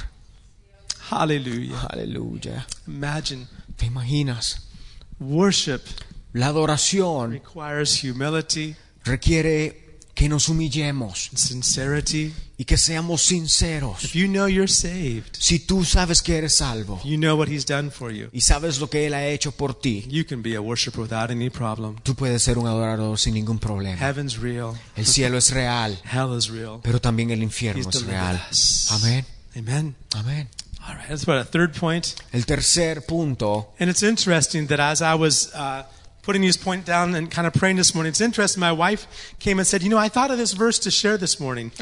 S1: Hallelujah.
S2: Aleluya.
S1: Imagine
S2: ¿Te imaginas?
S1: worship
S2: La adoración
S1: requires humility
S2: requiere que nos humillemos
S1: and sincerity.
S2: y que seamos sinceros.
S1: If you know you're saved,
S2: Si tú sabes que eres salvo
S1: you know what He's done for you.
S2: y sabes lo que Él ha hecho por ti,
S1: You can be a worshiper without any problem.
S2: tú puedes ser un adorador sin ningún problema.
S1: Heaven's real.
S2: El cielo es real,
S1: Hell is real.
S2: pero también el
S1: He's
S2: infierno es
S1: delivered
S2: real.
S1: us.
S2: Amén.
S1: Amen.
S2: Amén.
S1: All right. That's about a third point.
S2: El tercer punto,
S1: And it's interesting that as I was uh, putting these points down and kind of praying this morning, it's interesting. My wife came and said, "You know, I thought of this verse to share this morning."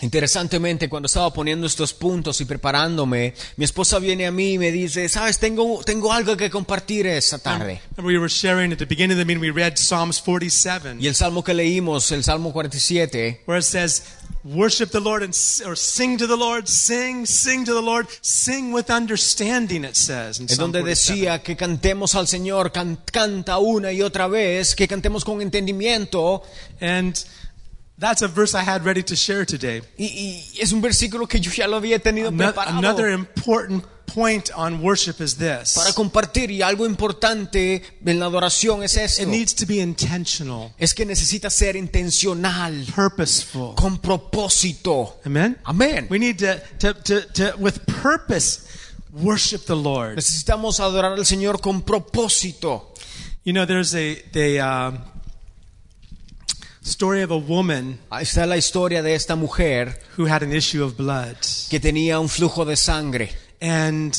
S2: Interesantemente, cuando estaba poniendo estos puntos y preparándome, mi esposa viene a mí y me dice, sabes, tengo, tengo algo que compartir esta tarde.
S1: And we were sharing at the beginning of the meeting, we read Psalms 47,
S2: Y el salmo que leímos, el salmo 47,
S1: where it says, Worship the Lord and s- or sing to the Lord, sing, sing to the Lord, sing with understanding, it says. In
S2: es
S1: Psalm
S2: donde
S1: 47.
S2: decía que cantemos al Señor, can- canta una y otra vez, que cantemos con entendimiento.
S1: And that's a verse I had ready to share today.
S2: Y, y es un versículo que yo ya lo había tenido
S1: Ano-
S2: preparado
S1: Another important point on worship is this
S2: para compartir. Y algo importante en la adoración es
S1: it
S2: esto.
S1: needs to be intentional,
S2: Es que necesita ser intencional,
S1: purposeful.
S2: con propósito.
S1: Amen?
S2: Amén.
S1: We need to, to, to, to with purpose, worship the Lord.
S2: Necesitamos adorar al Señor con propósito.
S1: You know, there's a the um, story of a woman
S2: Ahí está la historia de esta mujer
S1: who had an issue of blood,
S2: que tenía un flujo de sangre
S1: and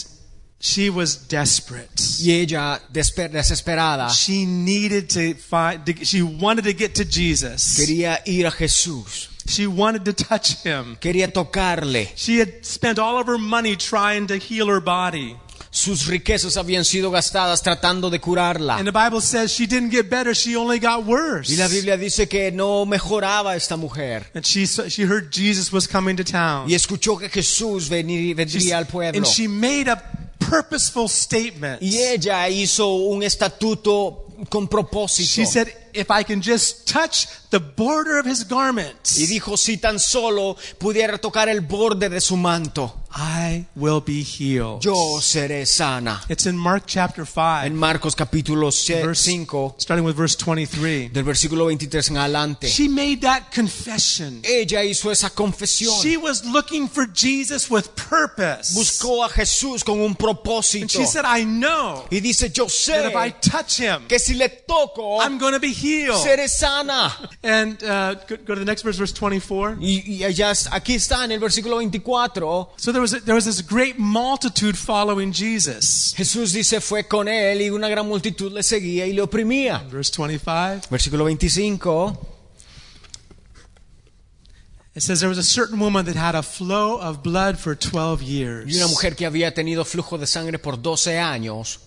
S1: she was desperate.
S2: y ella desper- desesperada
S1: She needed to find. to- She wanted to get to Jesus.
S2: quería ir a Jesús,
S1: She wanted to touch him.
S2: quería tocarle.
S1: She had spent all of her money trying to heal her body,
S2: Sus riquezas habían sido gastadas tratando de
S1: and
S2: curarla.
S1: the Bible says she didn't get better. She only got worse.
S2: Y Ah. la Biblia dice que no mejoraba esta mujer.
S1: And she saw- she heard Jesus was coming to town.
S2: Y escuchó que Jesús venir-
S1: She s-
S2: vendría al pueblo.
S1: And she made a purposeful statement.
S2: Y ella hizo un estatuto con
S1: She
S2: propósito.
S1: said, if I can just touch the border of his
S2: Y
S1: garments,
S2: dijo, si tan solo pudiera tocar el borde de su manto.
S1: I will be healed.
S2: yo seré sana.
S1: It's in Mark chapter
S2: En
S1: 5,
S2: Marcos capítulo sie-
S1: verse
S2: 5,
S1: starting with verse 23.
S2: del versículo 23 en adelante.
S1: She made that confession.
S2: Ella hizo esa confesión.
S1: She was looking for Jesus with purpose.
S2: Buscó a Jesús con un
S1: And
S2: propósito.
S1: she said, I know
S2: Y dice, yo
S1: that if I
S2: sé
S1: touch him,
S2: que si le toco,
S1: I'm going to be healed.
S2: seré sana.
S1: And uh, go, go to the next verse, verse 24.
S2: Y, y allá, aquí está en el versículo 24.
S1: So there was, a, there was this great multitude following Jesus.
S2: Jesús dice, fue con él y una gran multitud le seguía y le oprimía.
S1: Verse 25.
S2: Versículo 25.
S1: It says there was a certain woman that had a flow of blood for 12
S2: Y una
S1: years
S2: mujer que había tenido flujo de sangre por 12 años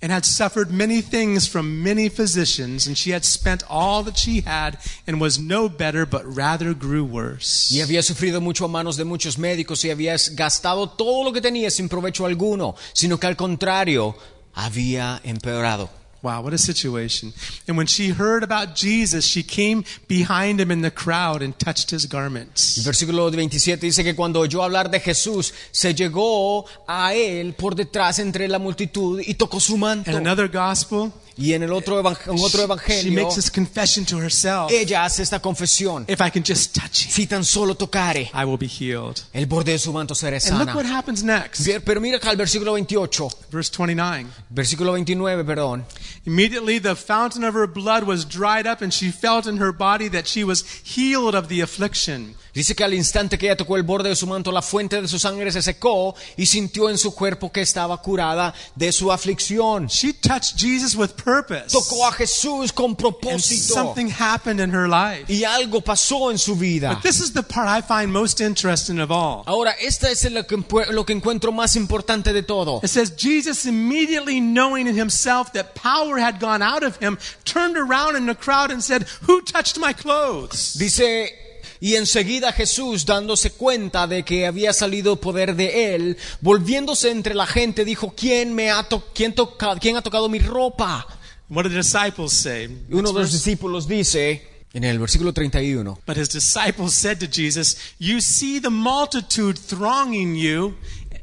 S1: and had suffered many things from many physicians, and she had spent all that she had and was no better, but rather grew
S2: Y
S1: worse.
S2: había sufrido mucho a manos de muchos médicos y había gastado todo lo que tenía sin provecho alguno, sino que al contrario, había empeorado.
S1: Wow, what a situation. And when she heard about Jesus, she came behind him in the crowd and touched his
S2: El
S1: garments.
S2: versículo 27 dice que cuando oyó hablar de Jesús, se llegó a él por detrás entre la multitud y tocó su
S1: In
S2: manto.
S1: another gospel,
S2: Y en el otro, evang- en otro
S1: she
S2: evangelio, Eh.
S1: makes this confession to herself
S2: ella hace esta confesión.
S1: if I can just touch him,
S2: Si tan solo tocare
S1: I will be healed.
S2: el borde de su manto seré
S1: And look what
S2: sana.
S1: happens next.
S2: Pero mira acá el versículo 28,
S1: Verse 29.
S2: versículo 29, perdón.
S1: Immediately the fountain of her blood was dried up, and she felt in her body that she was healed of the affliction.
S2: Dice que al instante que ella tocó el borde de su manto, la fuente de su sangre se secó y sintió en su cuerpo que estaba curada de su aflicción.
S1: She touched Jesus with purpose.
S2: Tocó a Jesús con
S1: And
S2: propósito
S1: something happened in her life.
S2: y algo pasó en su vida.
S1: But this is the part I find most interesting of all.
S2: Ahora, esta es lo que, empu- lo que encuentro más importante de todo.
S1: It says, Jesus, immediately knowing in himself that power had gone out of him, turned around in the crowd and said, Who touched my clothes?
S2: Dice, y enseguida Jesús, dándose cuenta de que había salido poder de él, volviéndose entre la gente, dijo, ¿quién, me ha, to- quién, toca- quién ha tocado mi ropa?
S1: What did the disciples say?
S2: Y uno de los discípulos dice, en el versículo 31,
S1: But his disciples said to Jesus, You see the multitude thronging you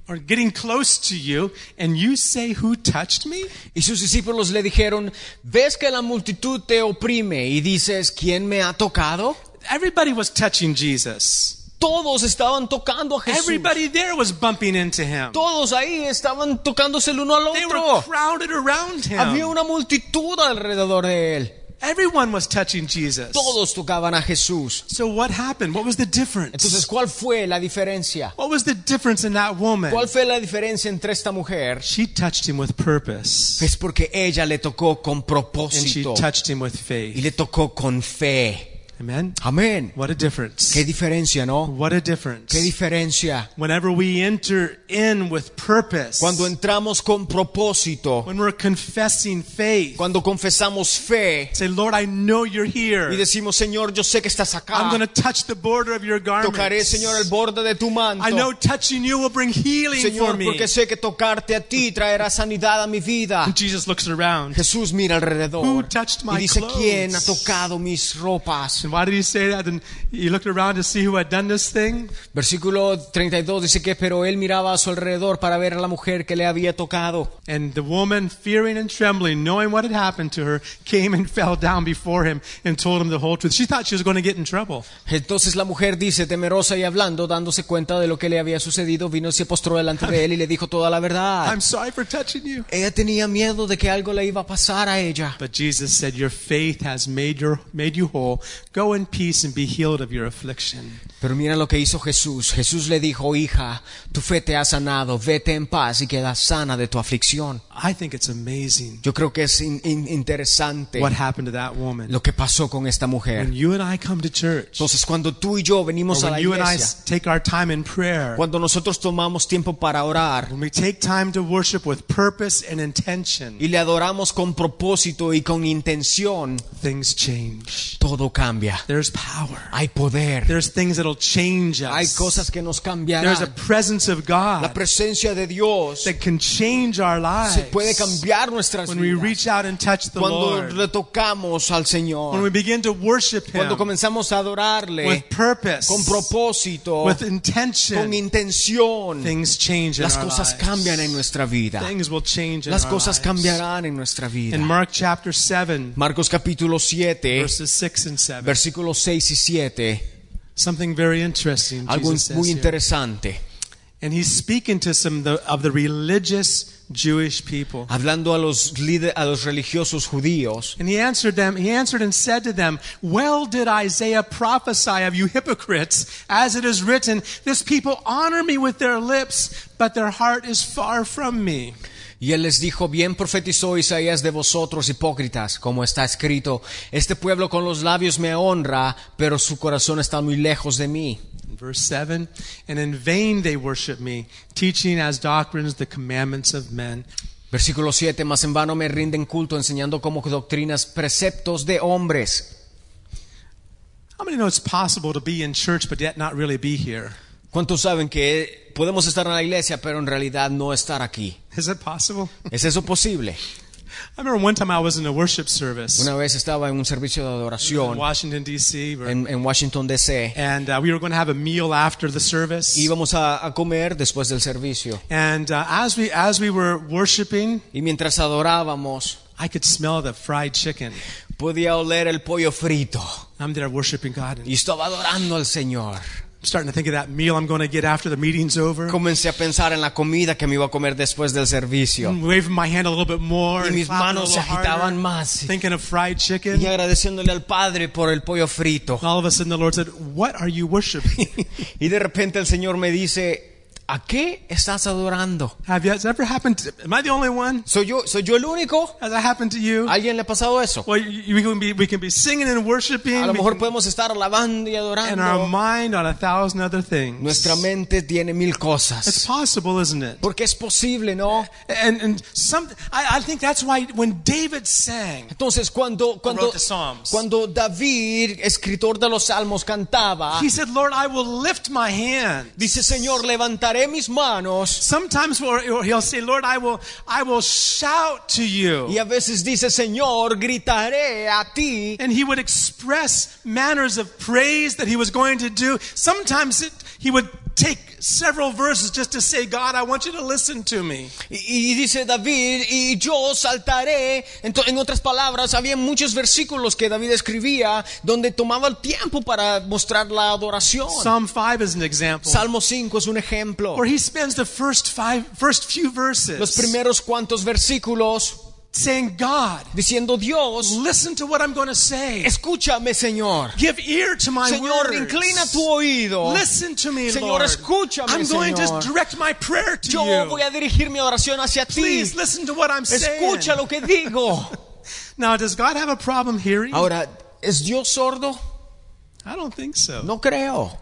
S1: or getting close to you, and you say, Who touched me?
S2: Y sus discípulos le dijeron, ¿ves que la multitud te oprime y dices, ¿quién me ha tocado?
S1: Everybody was touching Jesus.
S2: Todos estaban tocando a Jesús.
S1: Everybody there was bumping into him.
S2: Todos ahí estaban tocándose el uno al
S1: They were
S2: otro.
S1: crowded around
S2: Había
S1: him.
S2: una multitud alrededor de él.
S1: Everyone was touching Jesus.
S2: Todos tocaban a Jesús.
S1: So what happened? What was the difference?
S2: Entonces, ¿cuál fue la diferencia?
S1: What was the difference in that woman?
S2: ¿Cuál fue la diferencia entre esta mujer?
S1: She touched him with purpose,
S2: Es porque ella le tocó con
S1: and she
S2: propósito
S1: touched him with
S2: y
S1: faith.
S2: le tocó con fe.
S1: Amen.
S2: Amén.
S1: What a difference.
S2: Qué diferencia, ¿no?
S1: What a difference.
S2: Qué diferencia.
S1: Whenever we enter in with purpose,
S2: Cuando entramos con propósito,
S1: when we're confessing faith,
S2: cuando confesamos fe
S1: say, Lord, I know you're here.
S2: y decimos, Señor, yo sé que estás
S1: I'm
S2: acá.
S1: going to touch the border of your garment.
S2: Tocaré, Señor, el borde de tu
S1: I know
S2: manto.
S1: touching you will bring healing for
S2: Señor,
S1: me.
S2: porque sé que tocarte a ti traerá sanidad a mi vida.
S1: And Jesus looks around.
S2: Jesús mira
S1: Who
S2: alrededor
S1: touched my
S2: y dice,
S1: clothes?
S2: ¿quién ha tocado mis ropas?
S1: And why did he say that? And he looked around to see who had done this thing.
S2: Versículo 32 dice que, pero él miraba a su alrededor para ver a la mujer que le había tocado.
S1: And the woman, fearing and trembling, knowing what had happened to her, came and fell down before him and told him the whole truth. She thought she was going to get in trouble.
S2: Entonces la mujer dice, temerosa y hablando, dándose cuenta de lo que le había sucedido, vino y se postró delante de él y le dijo toda la verdad.
S1: I'm sorry for touching you.
S2: Ella tenía miedo de que algo le iba a pasar a ella.
S1: But Jesus said, Your faith has made, your, made you whole. Go in peace and be healed of your affliction.
S2: Pero mira lo que hizo Jesús. Jesús le dijo, hija, tu fe te ha sanado, vete en paz y queda sana de tu aflicción.
S1: I think it's amazing
S2: Yo creo que es in- in- interesante
S1: what happened to that woman.
S2: lo que pasó con esta
S1: When
S2: mujer.
S1: you and I come to church, or
S2: Entonces cuando tú y yo venimos a
S1: when
S2: la
S1: you and I
S2: iglesia,
S1: s- take our time in prayer,
S2: Cuando nosotros tomamos tiempo para orar
S1: when we take time to worship with purpose and intention,
S2: y le adoramos con propósito y con intención,
S1: things change.
S2: todo cambia.
S1: There's power.
S2: Hay poder.
S1: There's things that'll change us.
S2: Hay cosas que nos
S1: There's a
S2: cambiarán.
S1: presence of
S2: La
S1: God
S2: presencia de Dios
S1: that can change our lives.
S2: se puede cambiar nuestras
S1: When we
S2: vidas.
S1: reach out and touch the
S2: Cuando
S1: Lord,
S2: le tocamos al
S1: when we
S2: Señor,
S1: begin to worship Him
S2: cuando comenzamos a adorarle
S1: with purpose,
S2: con propósito,
S1: with
S2: con
S1: intention,
S2: intención,
S1: things change in
S2: las
S1: our
S2: cosas
S1: lives.
S2: cambian en nuestra vida.
S1: Things will change in
S2: Las
S1: our
S2: cosas
S1: lives.
S2: cambiarán en nuestra
S1: In
S2: vida. Eh,
S1: Mark chapter 7,
S2: Marcos capítulo 7,
S1: verses 6 and 7,
S2: versículos 6 y 7.
S1: something very interesting
S2: algo
S1: Jesus says
S2: muy
S1: here.
S2: interesante.
S1: And he's speaking to some of the, of the religious Jewish people.
S2: Hablando a los, líder- a los religiosos judíos,
S1: And he answered them, he answered and said to them, Well did Isaiah prophesy of you hypocrites, as it is written, This people honor me with their lips, but their heart is far from me.
S2: y él les dijo, bien profetizó Isaías de vosotros hipócritas, como está escrito, este pueblo con los labios me honra, pero su corazón está muy lejos de mí.
S1: In verse 7, and in vain they worship me, teaching as doctrines the commandments of men.
S2: Versículo 7, mas en vano me rinden culto enseñando como doctrinas preceptos de hombres.
S1: How many know it's possible to be in church but yet not really be here?
S2: ¿Cuántos saben que podemos estar en la iglesia, pero en realidad no estar aquí?
S1: Is it possible?
S2: ¿Es eso posible?
S1: I remember one time I was in a worship service
S2: Una vez estaba en un servicio de
S1: in
S2: adoración
S1: Washington, D.C., where-
S2: en, en Washington, D.C.
S1: and uh, we were going to have a meal after the service.
S2: íbamos a, a comer después del servicio.
S1: And uh, as we as we were worshiping,
S2: Y mientras adorábamos,
S1: I could smell the fried chicken.
S2: podía oler el pollo frito.
S1: I'm there worshiping God and
S2: Y estaba adorando al Señor.
S1: starting to think of that meal I'm going to get after the meeting's over.
S2: Comencé a pensar en la comida que me iba a comer después del servicio.
S1: And waving my hand a little bit more,
S2: Y
S1: and
S2: mis
S1: clapping a
S2: manos se
S1: little
S2: agitaban
S1: harder,
S2: más.
S1: thinking of fried chicken.
S2: Y agradeciéndole al Padre por el pollo frito.
S1: And all of a sudden, the Lord said, "What are you worshiping?
S2: Y de repente el Señor me dice, ¿a qué estás adorando?
S1: Have you, has that ever happened? To, am I the only one?
S2: ¿Soy yo, ¿Soy yo el único?
S1: Has that happened to you?
S2: ¿A ¿Alguien le ha pasado eso?
S1: well, you, we can be we can be singing and worshiping,
S2: A lo
S1: we
S2: mejor
S1: can-
S2: podemos estar alabando y
S1: and our
S2: adorando.
S1: mind on a thousand other things.
S2: Nuestra mente tiene mil
S1: It's
S2: cosas.
S1: possible, isn't it?
S2: Porque es posible, ¿no?
S1: And, and some, I, I think that's why when David sang,
S2: Entonces cuando cuando
S1: the Psalms.
S2: cuando David, escritor de los salmos, cantaba,
S1: he said, Lord, I will lift my hand.
S2: dice Señor levantaré mis manos
S1: Sometimes we'll- or he'll say, Lord, I will, I will shout to
S2: y
S1: you.
S2: a veces dice Señor gritaré a ti.
S1: And he would express manners of praise that he was going to do. Sometimes it, he would take several verses just to say, God, I want you to listen to me.
S2: Y, y dice David y yo saltaré. Ento- en otras palabras, había muchos versículos que David escribía donde tomaba el tiempo para mostrar la adoración.
S1: Psalm 5 is an example
S2: Salmo 5 es un ejemplo.
S1: where he spends the first five, first few
S2: Los
S1: verses
S2: primeros cuantos versículos
S1: saying, God,
S2: diciendo Dios,
S1: listen to what I'm going to say.
S2: escúchame Señor.
S1: Give ear to my
S2: Señor,
S1: words.
S2: inclina tu oído.
S1: Listen to me,
S2: Señor,
S1: Lord.
S2: escúchame,
S1: I'm going
S2: Señor.
S1: to direct my prayer to
S2: Yo
S1: you.
S2: voy a dirigir mi oración hacia ti.
S1: Please listen to what I'm
S2: Escucha
S1: saying.
S2: lo que digo.
S1: Now, does God have a problem hearing?
S2: Ahora, ¿es Dios sordo?
S1: I don't think so.
S2: No creo.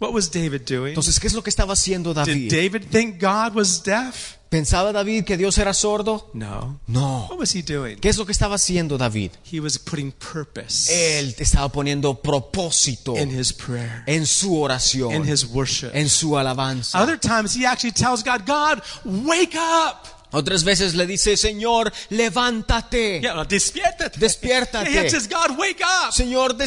S1: What was David doing?
S2: Entonces, ¿qué es lo que estaba haciendo
S1: Did
S2: David?
S1: David think God was deaf?
S2: ¿Pensaba David que Dios era sordo?
S1: No.
S2: No.
S1: What was he doing?
S2: ¿Qué es lo que estaba haciendo David?
S1: He was putting purpose
S2: Él estaba poniendo propósito
S1: in his prayer,
S2: en su
S1: in
S2: oración,
S1: his worship.
S2: en su alabanza.
S1: Other times he actually tells God, God, wake up.
S2: Otras veces le dice, Señor, levántate.
S1: Yeah, well, despiértate.
S2: Despiértate.
S1: Yeah, he says, God, wake up. Why are
S2: Señor,
S1: you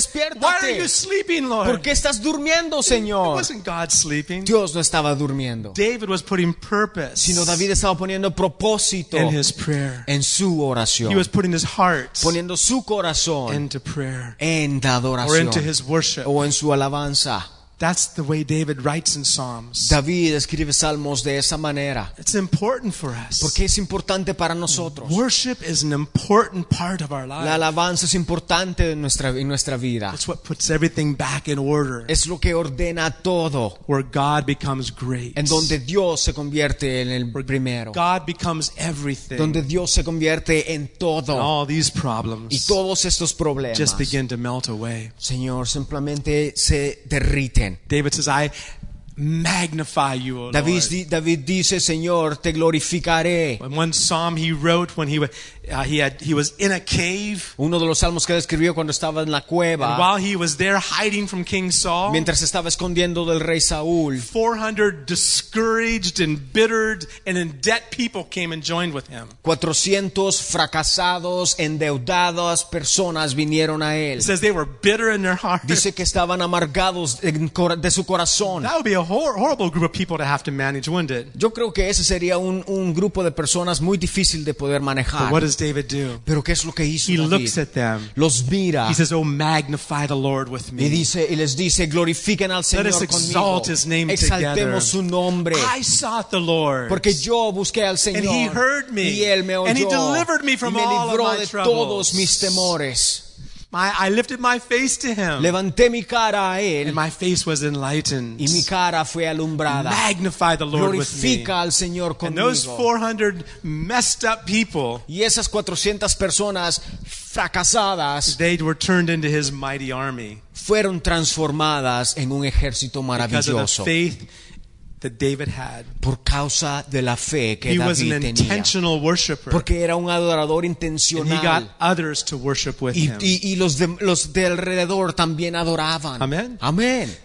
S2: despiértate.
S1: sleeping,
S2: ¿Por
S1: Lord?
S2: qué estás durmiendo,
S1: It
S2: Señor?
S1: wasn't God sleeping.
S2: Dios no estaba durmiendo,
S1: David was putting purpose
S2: sino David estaba poniendo propósito
S1: in his prayer.
S2: en su
S1: He
S2: oración,
S1: was putting his heart
S2: poniendo su corazón
S1: into prayer
S2: en la
S1: or into
S2: adoración
S1: his worship.
S2: o en su alabanza.
S1: That's the way David writes in Psalms.
S2: David escribe salmos de esa manera,
S1: It's important for us.
S2: porque es importante para nosotros.
S1: Worship is an important part of our
S2: La
S1: life.
S2: alabanza es importante en nuestra, en nuestra vida.
S1: It's what puts everything back in order,
S2: Es lo que ordena todo,
S1: where God becomes great,
S2: en donde Dios se convierte en el primero,
S1: God becomes everything.
S2: donde Dios se convierte en
S1: And
S2: todo
S1: all these
S2: y
S1: problems
S2: todos estos problemas.
S1: just begin to melt away.
S2: Señor, simplemente se derriten.
S1: David says, I magnify you, O
S2: David,
S1: Lord.
S2: di- David dice, Señor, te glorificaré.
S1: In one psalm he wrote when he, wa- uh, he, had, he was in a cave,
S2: Uno de los salmos que él escribió cuando estaba en la
S1: and
S2: cueva,
S1: while he was there hiding from King Saul,
S2: mientras estaba escondiendo del rey Saúl.
S1: 400 discouraged, embittered, and in debt people came and joined with him.
S2: 400 fracasados, endeudadas personas vinieron a él.
S1: It says they were bitter in their heart.
S2: Dice que estaban amargados en cora- de su corazón.
S1: That would be a hor- horrible group of people to have to manage, wouldn't it?
S2: Yo creo que ese sería un, un grupo de personas muy difícil de poder
S1: But what
S2: manejar.
S1: does David do?
S2: Pero ¿qué es lo que hizo?
S1: Ah. He
S2: David?
S1: looks at them.
S2: Los mira
S1: He says, Oh, magnify the Lord with
S2: y,
S1: me.
S2: dice, y les dice, glorifiquen al Señor
S1: us
S2: conmigo.
S1: exalt his name together.
S2: Exaltemos su nombre.
S1: I sought the Lord.
S2: Porque yo busqué al Señor
S1: he heard me.
S2: y Él me oyó
S1: And he delivered me from
S2: y me
S1: all of
S2: libró
S1: my
S2: de
S1: troubles.
S2: todos mis temores.
S1: My, I lifted my face to him,
S2: Levanté mi cara a Él
S1: and my face was enlightened.
S2: y mi cara fue alumbrada.
S1: Magnify the Lord with me.
S2: Glorifica al Señor
S1: And those
S2: conmigo.
S1: 400 messed up people,
S2: Y esas 400 personas fracasadas
S1: they were turned into his mighty army
S2: fueron transformadas en un
S1: because
S2: ejército
S1: of the
S2: maravilloso
S1: faith that David had.
S2: por causa de la fe que
S1: He was an
S2: David tenía.
S1: intentional worshiper,
S2: Porque era un adorador
S1: and he got
S2: intencional.
S1: others to worship with
S2: Y,
S1: him.
S2: y- y los, de, los de alrededor también adoraban.
S1: Amén.
S2: Amén.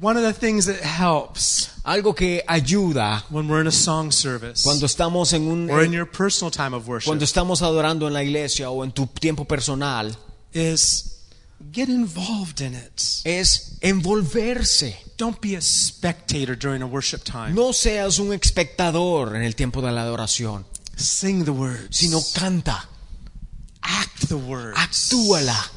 S1: One of the things that helps
S2: Algo que ayuda
S1: when we're in a song service
S2: cuando estamos en
S1: or in
S2: un
S1: your personal time of worship
S2: cuando estamos adorando en la iglesia o en tu tiempo personal
S1: is get involved in it.
S2: es envolverse.
S1: Don't be a spectator during a worship time.
S2: No seas un espectador en el tiempo de la adoración,
S1: Sing the words.
S2: sino canta,
S1: act the words.
S2: actúala,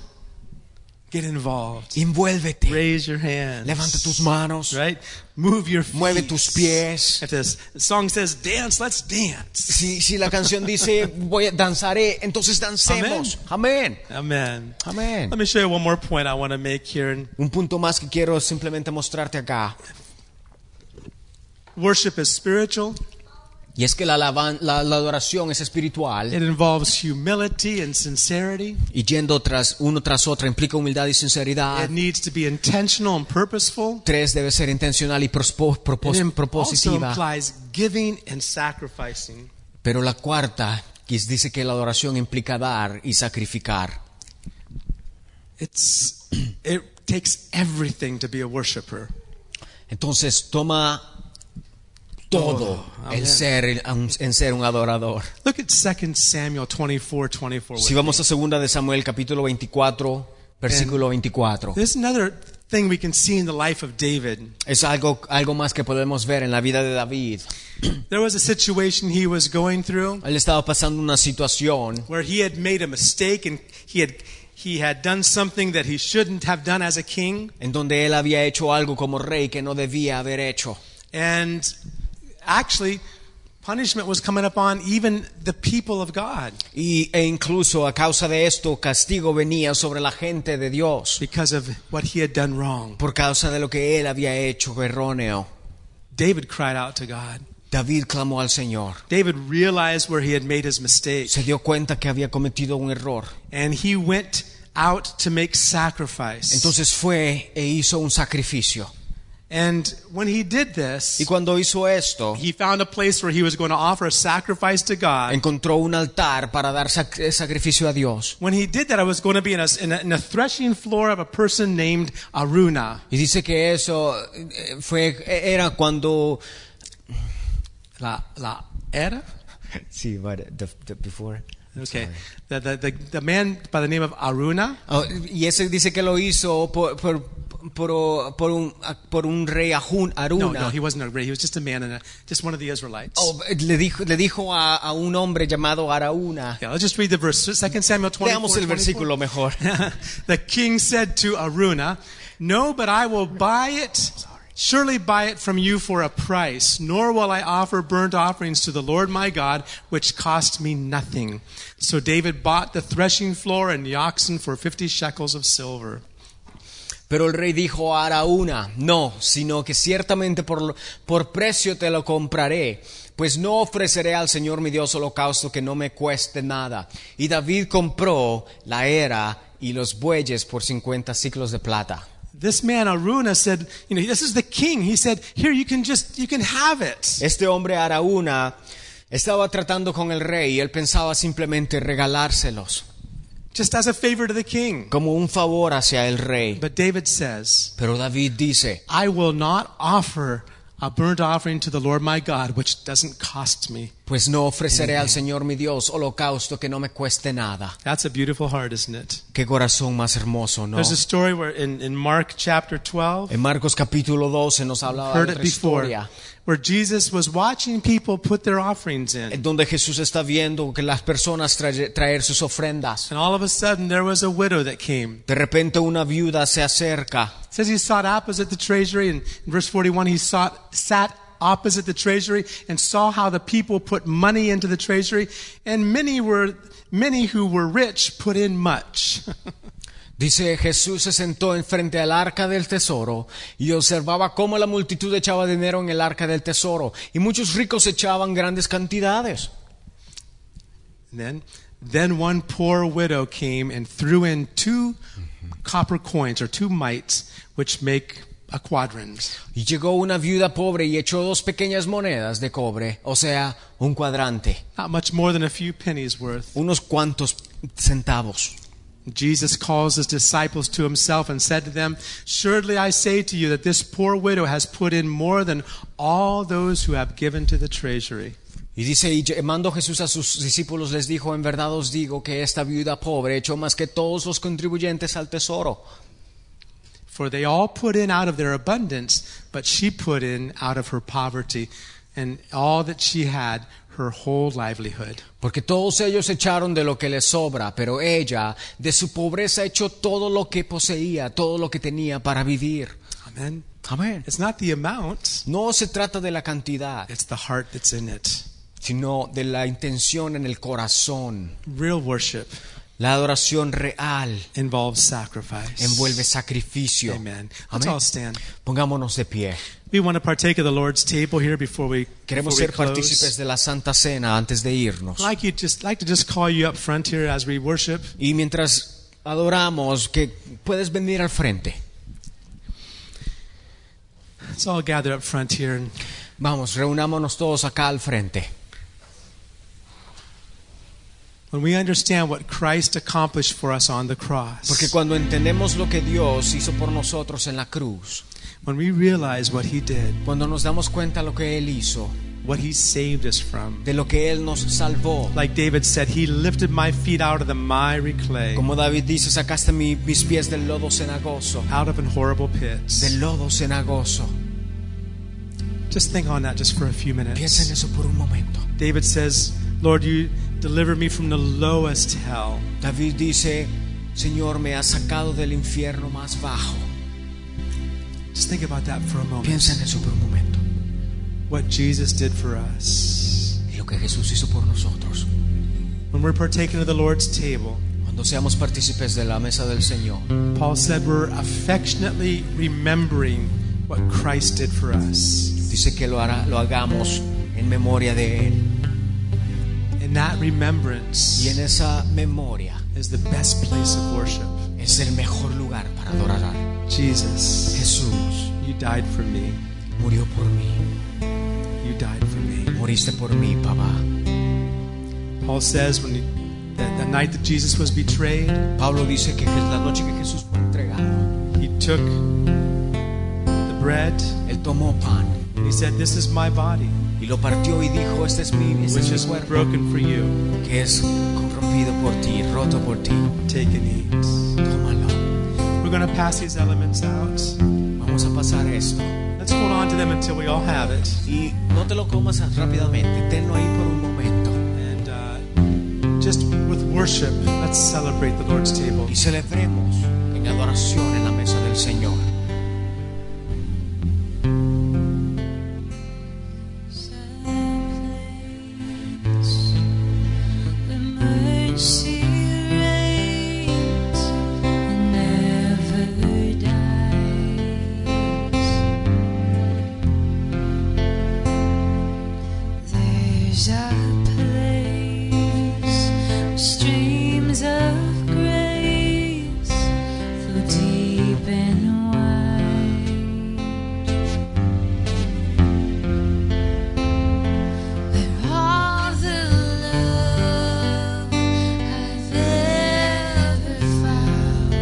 S1: Get involved.
S2: envuélvete,
S1: Raise your hands.
S2: levanta tus manos,
S1: Right? Move your feet.
S2: mueve tus pies.
S1: If this song says dance, let's dance.
S2: Si, si la canción dice voy a danzaré, entonces dancemos. Amén.
S1: Amen.
S2: Amén.
S1: Let me show you one more point I want to make here. And
S2: Un punto más que quiero simplemente mostrarte acá.
S1: worship is spiritual.
S2: Y es que la, alaban- la- la adoración es espiritual
S1: It involves humility and sincerity.
S2: y yendo tras uno tras otro implica humildad y sinceridad.
S1: It needs to be intentional and purposeful.
S2: Tres debe ser intencional y prospo- propos-
S1: It im- also
S2: propositiva.
S1: implies giving and sacrificing.
S2: Pero la cuarta que es- dice que la adoración implica dar y sacrificar.
S1: It's it takes everything to be a worshiper.
S2: Entonces toma todo
S1: Todo. Amén.
S2: el ser el- un- en ser un adorador.
S1: Look at 2 Samuel 24, 24. with
S2: Si vamos a segunda de Samuel capítulo 24, versículo 24.
S1: There's another thing we can see in the life of David.
S2: Es algo algo más que podemos ver en la vida de David.
S1: There was a situation he was going through
S2: Él estaba pasando una situación
S1: where he had made a mistake and he had he had done something that he shouldn't have done as a king
S2: en donde él había hecho algo como rey que no debía haber hecho.
S1: and actually punishment was coming upon even the people of God
S2: Y, e incluso a causa de esto, castigo venía sobre la gente de Dios
S1: because of what he had done wrong.
S2: por causa de lo que él había hecho erróneo.
S1: David cried out to God.
S2: David clamó al Señor.
S1: David realized where he had made his mistake
S2: Se dio cuenta que había cometido un error
S1: and he went out to make sacrifice.
S2: Entonces fue e hizo un sacrificio.
S1: and when he did this,
S2: Y cuando hizo esto,
S1: he found a place where he was going to offer a sacrifice to God.
S2: encontró un altar para dar sac- eh, sacrificio a Dios.
S1: when he did that, I was going to be in a, in a, in a threshing floor of a person named Aruna.
S2: Y dice que eso eh, fue, era cuando la, la era. Sí, but the- the before.
S1: Okay. The, the, the, the man by the name of Aruna,
S2: Oh, y ese dice que lo hizo por, por, por, por un, por un rey Ajun,
S1: No,
S2: Aruna.
S1: no, he wasn't a rey. He was just a man and a, just one of the Israelites.
S2: Oh, le dijo, le dijo a, a un hombre llamado Arauna.
S1: Yeah, let's just read the verse. 2 Samuel 24.
S2: Leamos el
S1: 24.
S2: versículo mejor.
S1: the king said to Aruna, No, but I will buy it. Surely buy it from you for a price, nor will I offer burnt offerings to the Lord my God, which cost me nothing. So David bought the threshing floor and the oxen for 50 shekels of silver.
S2: Pero el rey dijo a Arauna, no, sino que ciertamente por, lo- por precio te lo compraré, pues no ofreceré al Señor mi Dios holocausto que no me cueste nada. Y David compró la era y los bueyes por 50 ciclos de plata.
S1: This man Aruna said, you know, this is the king. He said, here you can just you can have it.
S2: Este hombre Arauna estaba tratando con el rey y él pensaba simplemente regalárselos
S1: Just as a favor to the king.
S2: como un favor hacia el rey.
S1: But David says,
S2: Pero David dice,
S1: I will not offer a burnt offering to the Lord my God, which doesn't cost me.
S2: pues no ofreceré al Señor mi Dios holocausto que no me cueste nada.
S1: That's a beautiful heart, isn't it?
S2: Qué corazón más hermoso, ¿no?
S1: There's a story where in, in Mark chapter 12,
S2: En Marcos capítulo 12 nos hablaba
S1: heard
S2: de
S1: it
S2: otra
S1: before,
S2: historia
S1: where Jesus was watching people put their offerings in.
S2: en donde Jesús está viendo que las personas trae- traer sus ofrendas.
S1: And all of a sudden, there was a widow that came.
S2: De repente una viuda se acerca
S1: It says he sat opposite the treasury, and in verse 41, he sought, sat opposite the treasury and saw how the people put money into the treasury, and many were many who were rich put in much.
S2: Dice Jesús se sentó enfrente al arca del tesoro y observaba cómo la multitud echaba dinero en el arca del tesoro y muchos ricos echaban grandes cantidades.
S1: And then, then one poor widow came and threw in 2 copper coins or two mites, which make a quadrant.
S2: Y llegó una viuda pobre y echó dos pequeñas monedas de cobre, o sea, un cuadrante,
S1: Not much more than a few pennies worth.
S2: unos cuantos centavos.
S1: Jesus calls his disciples to himself and said to them, Surely I say to you that this poor widow has put in more than all those who have given to the treasury.
S2: Y dice, y llamando Jesús a sus discípulos les dijo, en verdad os digo que esta viuda pobre echó más que todos los contribuyentes al tesoro,
S1: For they all put in out of their abundance, but she put in out of her poverty and all that she had, her whole livelihood.
S2: porque todos ellos echaron de lo que les sobra, pero ella de su pobreza echó todo lo que poseía, todo lo que tenía para vivir.
S1: Amen.
S2: Amén.
S1: It's not the amount,
S2: No se trata de la cantidad,
S1: it's the heart that's in it.
S2: sino de la intención en el corazón.
S1: Real worship
S2: La adoración real
S1: involves sacrifice.
S2: envuelve sacrificio.
S1: Amen. Let's
S2: Amén.
S1: all stand.
S2: Pongámonos de pie.
S1: We want to partake of the Lord's table here before we, before
S2: Queremos
S1: we
S2: ser partícipes
S1: close.
S2: de la Santa Cena antes de irnos.
S1: I'd Like you just like to just call you up front here as we worship.
S2: Y mientras adoramos, que puedes venir al frente.
S1: Let's all gather up front here and
S2: Vamos, reunámonos todos acá al frente.
S1: when we understand what Christ accomplished for us on the
S2: Porque
S1: cross,
S2: cuando entendemos lo que Dios hizo por nosotros en la cruz,
S1: when we realize what he did,
S2: cuando nos damos cuenta lo que Él hizo,
S1: what he saved us from.
S2: de lo que Él nos salvó,
S1: Like David said, he lifted my feet out of the miry clay,
S2: como David dice, sacaste mi- mis pies del lodo cenagoso,
S1: out of an horrible pit.
S2: del lodo cenagoso.
S1: Just think on that just for a few
S2: Piensa
S1: minutes.
S2: en eso por un momento.
S1: David says, Lord, you deliver me from the lowest hell.
S2: David dice, Señor, me has sacado del infierno más bajo.
S1: Just think about that for a
S2: Piensa en
S1: moment.
S2: eso por un momento.
S1: What Jesus did for us.
S2: Y lo que Jesús hizo por nosotros.
S1: When we're partaking of the Lord's table,
S2: Cuando seamos partícipes de la mesa del Señor,
S1: Paul said we're affectionately remembering what Christ did for us.
S2: dice que lo, hará, lo hagamos en memoria de Él.
S1: And that remembrance
S2: Y en esa memoria
S1: is the best place of worship.
S2: es el mejor lugar para adorar.
S1: Jesus,
S2: Jesús
S1: you died for me.
S2: murió por mí.
S1: You died for me.
S2: Moriste por mí, papá.
S1: Paul says when he, that the night that Jesus was betrayed,
S2: Pablo dice que es la noche que Jesús fue entregado.
S1: he took the bread
S2: Él tomó pan
S1: and he said, "This is my body,
S2: y lo partió y dijo, este es mi, este
S1: which
S2: es
S1: is
S2: mi cuerpo,
S1: broken for you.
S2: que es corrompido por ti, roto por ti.
S1: Take and eat."
S2: Tómalo.
S1: We're going to pass these elements out.
S2: Vamos a pasar esto.
S1: Let's hold on to them until we all have it.
S2: Y no te lo comas rápidamente, tenlo ahí por un momento.
S1: And uh, just with worship, let's celebrate the Lord's table.
S2: Y celebremos en adoración en la mesa del Señor.
S3: Mercy reigns and never dies. There's a place where streams of grace flow deep and wide. Where all the love I've ever found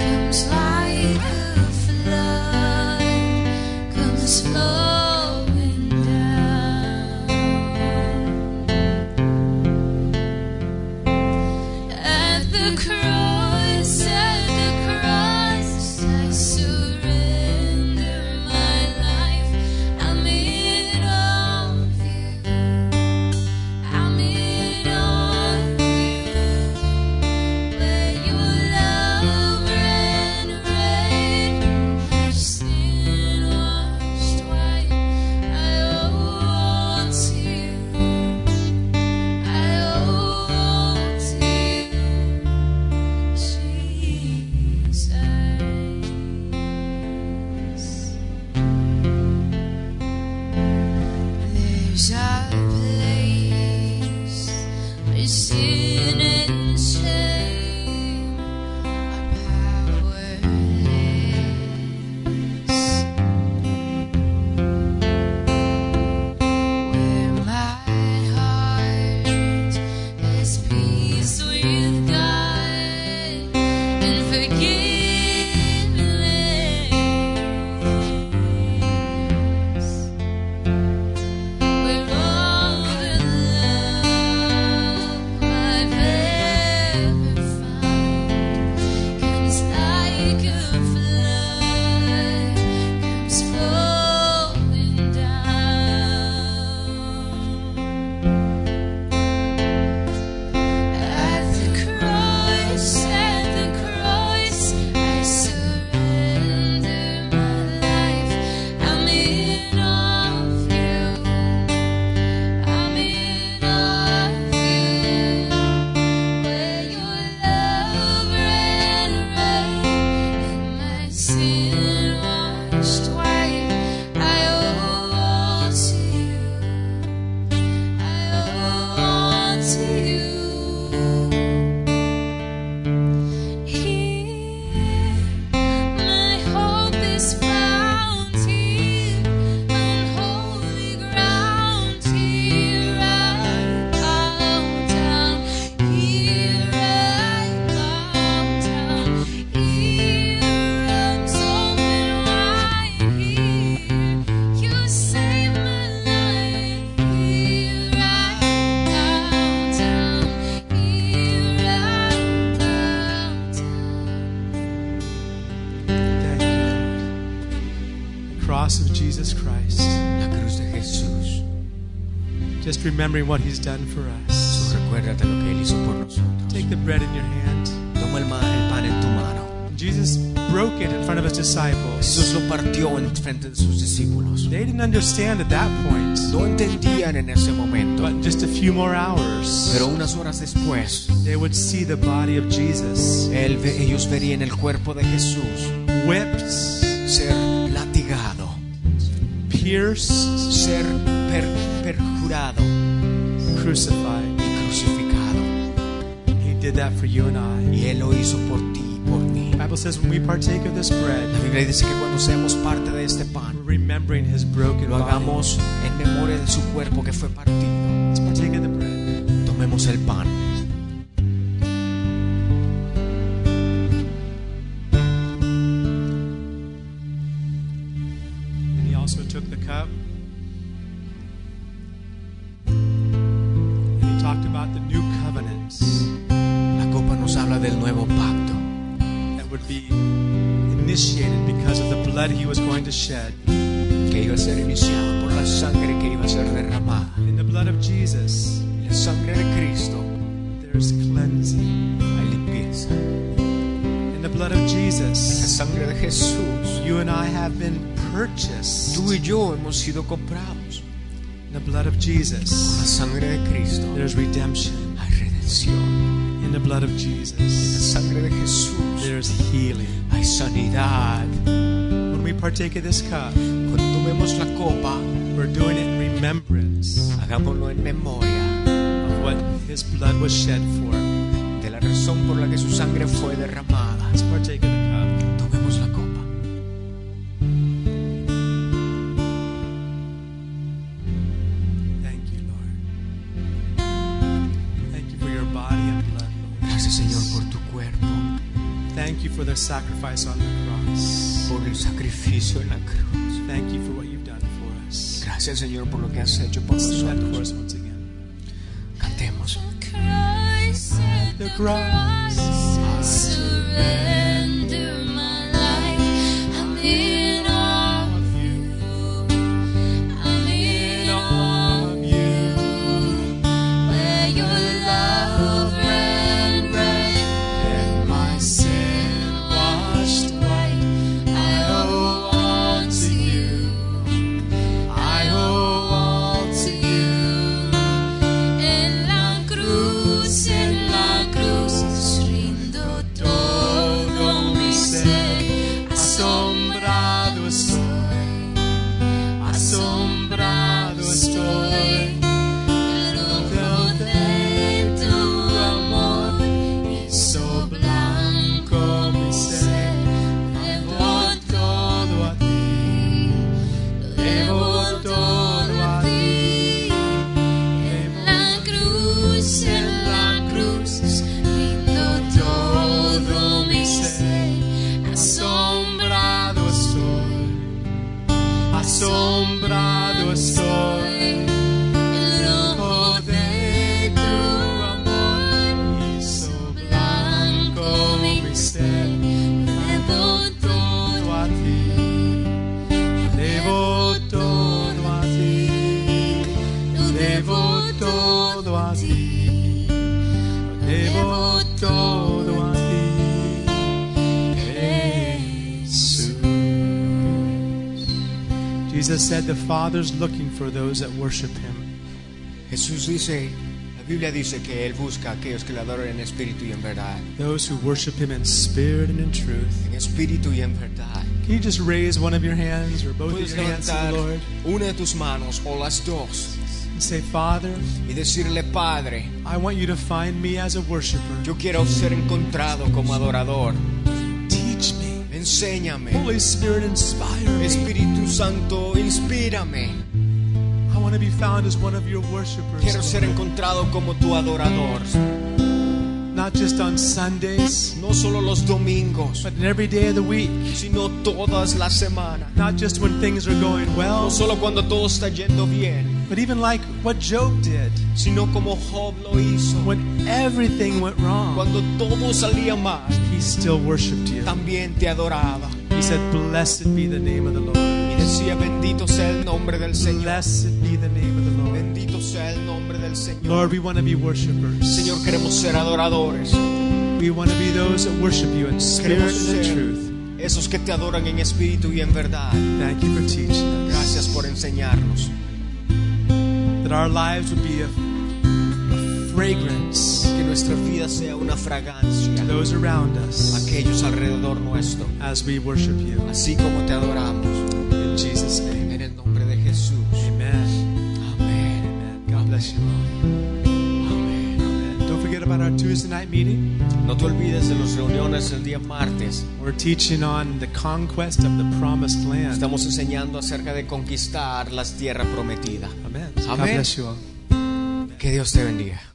S3: comes like a flood, comes flowing down. At the cross, at the cross, I surrender my life. I'm in of you. I'm in of you. Where your love ran red, my sin washed white. I want you. I to Jesus. There's a place where sin and shame are powerless. Where my heart is peace with God and forgiveness. Where all the love I've ever found comes like a flood, comes flowing down. At the cross, at the cross, I surrender my life. I'm in of you. I'm in of you. Where your love ran red and my sin washed white, I owe all to you. I owe to you. Here, my hope is found here, on holy ground. Here I bow down. Here I bow down. Here arms open wide. Here you save my life. Here I bow down. Here I bow down.
S1: Thank you. The cross of Jesus Christ.
S2: La cruz de Jesús.
S1: Just remembering what he's done for us.
S2: Recuérdate lo que Él hizo por nosotros.
S1: Take the bread in your hand.
S2: Toma el, ma- el pan en tu mano.
S1: Jesus broke it in front of his disciples.
S2: Jesús lo partió en frente de sus discípulos.
S1: They didn't understand at that point,
S2: No entendían en ese momento,
S1: but just a few more hours,
S2: pero unas horas después,
S1: they would see the body of Jesus
S2: él ve- ellos verían el cuerpo de Jesús
S1: whipped,
S2: ser latigado,
S1: pierced,
S2: ser per- perjurado
S1: crucified.
S2: y crucificado.
S1: He did that for you and I.
S2: Y Él lo hizo por ti y por
S1: Bible says when we partake of this bread,
S2: La Biblia dice que cuando seamos parte de este
S1: we're
S2: pan,
S1: remembering his broken
S2: lo
S1: body.
S2: hagamos en memoria de su cuerpo que fue partido.
S1: Let's partake of the bread.
S2: Tomemos el pan.
S1: And he also took the cup. And he talked about the new covenants
S2: La copa nos habla del nuevo pacto
S1: that would be initiated because of the blood he was going to shed.
S2: que iba a ser iniciado por la sangre que iba a ser derramada.
S1: In the blood of Jesus,
S2: La sangre de Cristo
S1: there's cleansing.
S2: hay limpieza.
S1: In the blood of
S2: La
S1: Jesus,
S2: sangre de Jesús.
S1: you and I have been purchased.
S2: Tú y yo hemos sido comprados.
S1: In the blood of
S2: La
S1: Jesus,
S2: sangre de Cristo
S1: there's redemption.
S2: hay redención.
S1: In the blood of
S2: La
S1: Jesus,
S2: sangre de Jesús
S1: there's healing.
S2: hay sanidad.
S1: When we partake of this cup,
S2: Cuando tomemos la copa,
S1: we're doing it in remembrance
S2: hagámoslo en memoria
S1: of what his blood was shed for.
S2: de la razón por la que su sangre fue derramada.
S1: Let's partake of the cup.
S2: Tomemos la copa.
S1: Thank you, Lord. Thank you for your body and blood, Lord.
S2: Gracias Señor por tu cuerpo,
S1: Thank you for the sacrifice on the cross.
S2: por el sacrificio en la cruz.
S1: Thank you for what you've done for us.
S2: Gracias Señor por lo que has hecho por
S1: That
S2: nosotros.
S1: chorus once again.
S2: Cantemos.
S3: Christ at the cross, surrender my life. I'm in awe of you. I'm in awe of you. Where your love ran red and my sin washed white. I owe all to you. I owe all to you. En la cruz, en la cruz, rindo todo mi ser. Asombrado estoy, asombrado estoy. Loco de tu amor, hizo blanco mi ser. Debo todo a ti, debo todo a ti. En la cruz, en la cruz, lindo todo mi ser, asombrado estoy, asombrado estoy, el rojo de tu amor hizo blanco mi ser, debo todo a ti, debo todo a ti. Lo debo todo a ti. Lo debo todo a ti. Jesús. Jesus said the Father's looking for those that worship him.
S2: Jesús dice, la Biblia dice que Él busca a aquellos que le adoran en espíritu y en verdad.
S1: Those who worship him in spirit and in truth.
S2: En espíritu y en verdad.
S1: Can you just raise one of your hands or both of
S2: Puedes
S1: your hands to
S2: levantar
S1: the Lord
S2: una de tus manos o las dos
S1: and say, Father,
S2: y decirle, Padre,
S1: I want you to find me as a worshiper.
S2: yo quiero ser encontrado como adorador.
S1: Teach me.
S2: Enséñame.
S1: Holy Spirit, inspire me.
S2: Espíritu Santo, inspírame.
S1: I want to be found as one of your worshipers.
S2: Quiero
S1: Lord.
S2: ser encontrado como tu adorador.
S1: not just on Sundays,
S2: No solo los domingos,
S1: but in every day of the week.
S2: sino todas las semanas.
S1: Not just when things are going
S2: No
S1: well,
S2: solo cuando todo está yendo bien,
S1: but even like what Job did
S2: sino como Job lo hizo.
S1: when everything went wrong.
S2: Cuando todo salía mal,
S1: He still worshipped you.
S2: también te adoraba.
S1: He said, Blessed be the name of the Lord.
S2: Y decía, bendito sea el nombre del Señor.
S1: Blessed be the name of the Lord.
S2: Bendito sea el nombre del Señor.
S1: Lord, we want to be worshipers.
S2: Señor, queremos ser adoradores.
S1: We want to be those that worship you in spirit
S2: Queremos
S1: and in
S2: ser
S1: truth.
S2: esos que te adoran en espíritu y en verdad.
S1: Thank you for teaching us.
S2: Gracias por enseñarnos.
S1: That our lives would be a, a fragrance
S2: Que nuestra vida sea una
S1: to
S2: fragancia.
S1: those around us
S2: Aquellos alrededor nuestro.
S1: as we worship you.
S2: Así como te adoramos.
S1: In Jesus' name.
S2: En el nombre de Jesús.
S1: Amen.
S2: Amén.
S1: Amen. God bless you all.
S2: Amén.
S1: Amen. Don't forget about our our Tuesday night meeting.
S2: No te olvides de las reuniones el día martes.
S1: We're teaching on the conquest of the promised land.
S2: Estamos enseñando acerca de conquistar las tierras prometidas.
S1: Amen. God
S2: Amen.
S1: bless you all.
S2: Que Dios te bendiga.